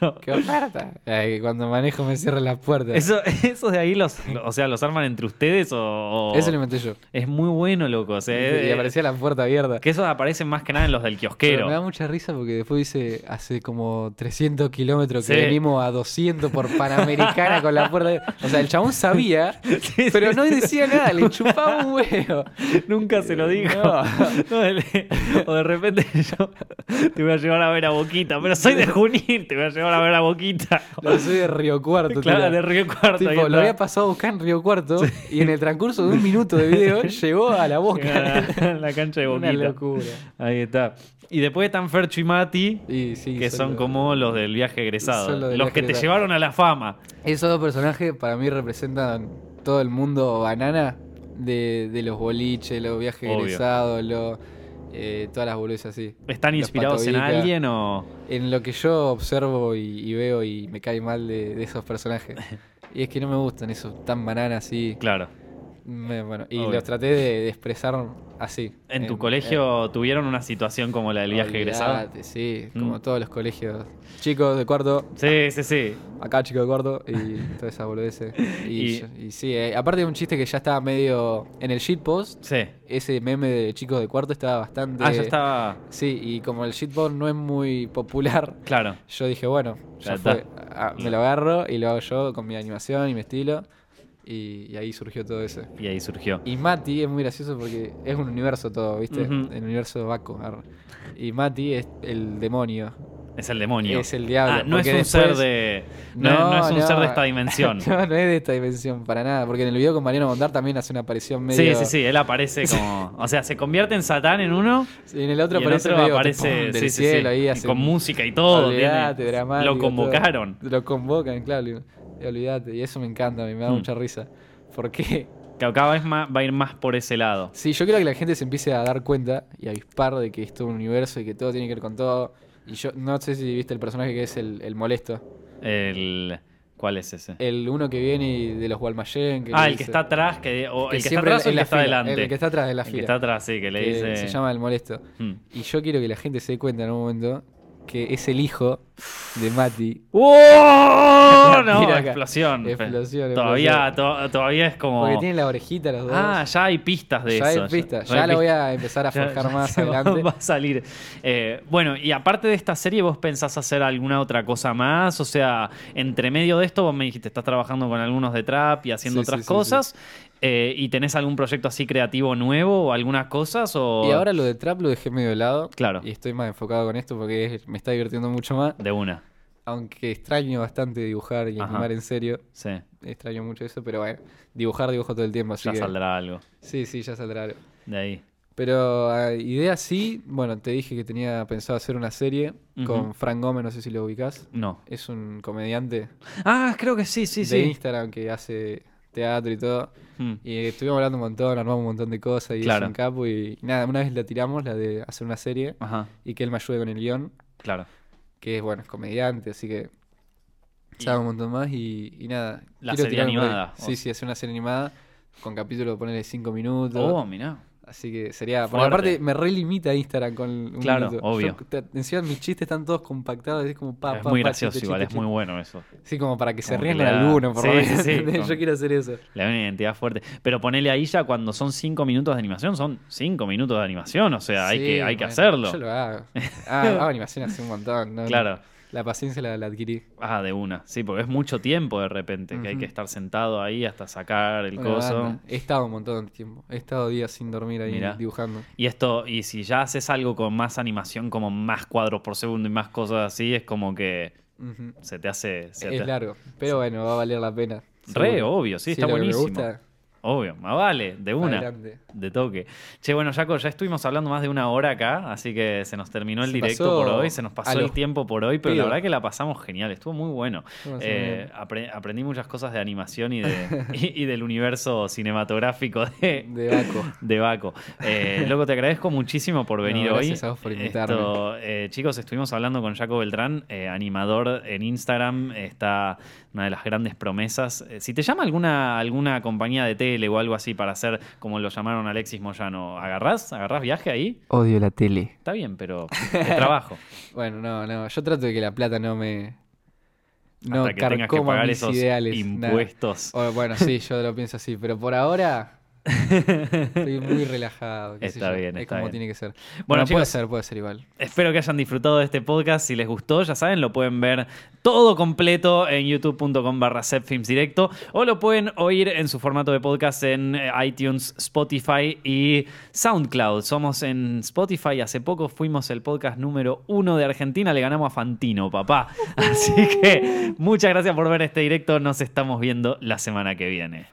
No. ¡Qué oferta! Ay, cuando manejo me cierra la puerta. Eso, Eso, esos de ahí los, o sea, los arman entre ustedes o, o- lo inventé yo. es muy bueno, loco. O sea, y eh, aparecía la puerta abierta. que esos aparecen más que nada en los del kiosquero. Pero me da mucha risa porque después dice, hace como 300 kilómetros que Sí. venimos a 200 por Panamericana con la puerta abierta. O sea, el chabón sabía, [laughs] Sí, pero sí, no decía nada, le chupaba un huevo. Nunca se lo dijo. Eh, No. [laughs] No, de- o de repente [laughs] yo te voy a llevar a ver a Boquita, pero soy de Junín, te voy a llevar a ver a Boquita. [laughs] Lo soy de Río Cuarto. Claro, tira. de Río Cuarto. Tipo, ahí lo está. había pasado a buscar en Río Cuarto y en el transcurso de un minuto [laughs] de video llegó a la boca. Llega a la cancha de [laughs] Una Boquita. locura. Ahí está. Y después están Fercho y Mati, Y sí, que son los- como los del viaje egresado. Son los Los, del viaje que egresado. te llevaron a la fama. Esos dos personajes para mí representan todo el mundo banana de, de los boliches, los viajes Obvio. egresados, los, eh, todas las boludeces así. ¿Están Los inspirados en Patovica. alguien o.? En lo que yo observo y, y veo y me cae mal de, de [laughs] esos personajes. Y es que no me gustan esos tan bananas así. Claro. Me- bueno, y Obvio. los traté de, de expresar así. ¿En, tu colegio tuvieron una situación como la del viaje egresado? eh. Olvidate, Sí, como Mm. todos los colegios. Chicos de cuarto, Sí, sí, sí. acá chicos de cuarto, [laughs] y toda esa boludez. Y, Y- yo- y sí, eh, aparte de un chiste que ya estaba medio en el shitpost, Sí. ese meme de chicos de cuarto estaba bastante. Ah, ya estaba. Sí, y como el shitpost no es muy popular, Claro. yo dije, bueno, ya, Ya fue. Ah, me lo agarro y lo hago yo con mi animación y mi estilo. Y, y ahí surgió todo eso. Y ahí surgió. Y Mati es muy gracioso porque es un universo todo, ¿viste? Ujú. El universo de Baco. arre. Y Mati es el demonio. Es el demonio. Es el diablo. Ah, no es porque un ser después- de. No, es- no es un no. ser de esta dimensión. [laughs] No, no es de esta dimensión, para nada. Porque en el video con Mariano Bondar también hace una aparición medio. Sí, sí, sí. Él aparece como. O sea, se convierte en Satán en uno. sí. En el otro y el aparece, otro medio, aparece tipo, del sí, sí, sí. cielo ahí. Y Hace con un- música y todo. tiene- olvidate, dramático, lo convocaron. todo. Lo convocan, claro. Y, y olvidate. Y eso me encanta, a mí me da Mm. mucha risa. Porque Claro, cada vez más, va a ir más por ese lado. Sí, yo creo que la gente se empiece a dar cuenta y a avispar de que es todo un universo y que todo tiene que ver con todo. Y yo no sé si viste el personaje que es el, el molesto. El, ¿Cuál es ese? El uno que viene y de los Walmayen. Que ah, le el que dice- está atrás, que, o el que está siempre atrás o en el que la está fila, adelante. El que está atrás de la El que fila. está atrás, sí, que le que dice. Se llama el molesto. Hmm. Y yo quiero que la gente se dé cuenta en un momento que es el hijo de Mati. [laughs] ¡Oh! La No, tira acá. explosión. Explosión, Todavía, to- todavía es Porque como. tiene la orejita los dos. Oh. Ah, ya hay pistas de ya eso. hay pistas. ya Ya hay la voy pistas. a empezar a Ya- forjar [laughs] ya más se va- adelante. Va a salir. Eh, bueno, y aparte de esta serie, ¿vos pensás hacer alguna otra cosa más? O sea, entre medio de esto, vos me dijiste, estás trabajando con algunos de trap y haciendo Sí, sí, otras sí, cosas. Eh, ¿Y tenés algún proyecto así creativo nuevo o algunas cosas? O... Y ahora lo de trap lo dejé medio de lado. Claro. Y estoy más enfocado con esto porque es- me está divirtiendo mucho más. De una, Aunque extraño bastante dibujar y Ajá. animar en serio. sí. Extraño mucho eso, pero bueno, dibujar dibujo todo el tiempo. Así Ya que- saldrá algo Sí, sí, ya saldrá. algo. de ahí. Pero ah, idea sí, bueno, te dije que tenía pensado hacer una serie Ujú. con Frank Gómez, no sé si lo ubicás. No. Es un comediante Ah, creo que sí, sí, de sí. Instagram que hace teatro y todo. Mm. Y estuvimos hablando un montón, armamos un montón de cosas y Claro. es un capo. Y nada, una vez la tiramos, la de hacer una serie Ajá, y que él me ayude con el guión. claro. que es bueno, es comediante, así que Y- sabe un montón más y, y nada. La serie quiero tirarme por ahí. animada, o Sí, sí, hacer una serie animada con capítulo, ponerle 5 minutos. Oh, mirá. Así que sería. Porque Fuerte. aparte me relimita Instagram con un Claro, minuto. obvio. Yo- te- encima mis chistes están todos compactados, es como pa, es pa, muy pa, gracioso chiste, igual, chiste, es muy bueno eso. chiste. Sí, como para que se Como rían que con le da- alguo por Sí, lo sí, menos. sí, [laughs] ¿entendés? como- Yo quiero hacer eso. Le da una identidad fuerte. Pero ponele ahí ya cuando son cinco minutos de animación, son cinco minutos de animación. O sea, hay Sí, que, hay que bueno, hacerlo. Yo lo [laughs] hago. Ah, hago animación hace un montón. ¿no? Claro. La paciencia la, la adquirí. Ah, de una. Sí, porque es mucho tiempo de repente, que hay Ujú. que estar sentado ahí hasta sacar el Una coso. banda. He estado un montón de tiempo. He estado días sin dormir ahí Mirá. dibujando. Y esto, y si ya haces algo con más animación, como más cuadros por segundo y más cosas así, es como que Ujú. se te hace. se Es te- largo, pero bueno, va a valer la pena. Re, seguro. obvio, sí, Si está lo que me buenísimo. gusta, obvio. Más vale, de una. Adelante. De toque. Che, bueno, Jaco, ya estuvimos hablando más de una hora acá, así que se nos terminó el Se directo pasó por hoy, se nos a pasó lo el tiempo por hoy, pero la pido. verdad que la pasamos genial, estuvo muy bueno. Estuvo bastante Eh, apre- aprendí muchas cosas de animación y, [laughs] de, y- y del universo cinematográfico de, De Baco. de Baco. Eh, [laughs] loco, te agradezco muchísimo por venir No, hoy. gracias a vos por invitarme. Esto, eh, chicos, estuvimos hablando con Jaco Beltrán, eh, animador en Instagram, está una de las grandes promesas. Eh, si te llama alguna, alguna compañía de tele o algo así para hacer como lo llamaron a Alexis Moyano, ¿agarrás? ¿Agarrás viaje ahí? Odio la tele. Está bien, pero es trabajo. Bueno, no, no. Yo trato de que la plata no me. [laughs] No hasta que tengas que carcoma pagar mis esos ideales. nada. impuestos. O, bueno, sí, yo lo pienso así, pero por ahora estoy muy relajado. qué sé Está yo. bien, es está como bien. tiene que ser. Bueno, Bueno, puede chicos. ser, puede ser igual. Espero que hayan disfrutado de este podcast. Si les gustó, ya saben, lo pueden ver todo completo en youtube.com barra setfilms directo o lo pueden oír en su formato de podcast en eh, iTunes, Spotify y SoundCloud. Somos en Spotify. Hace poco fuimos el podcast número uno de Argentina. Le ganamos a Fantino, papá. [laughs] Así que muchas gracias por ver este directo. Nos estamos viendo la semana que viene.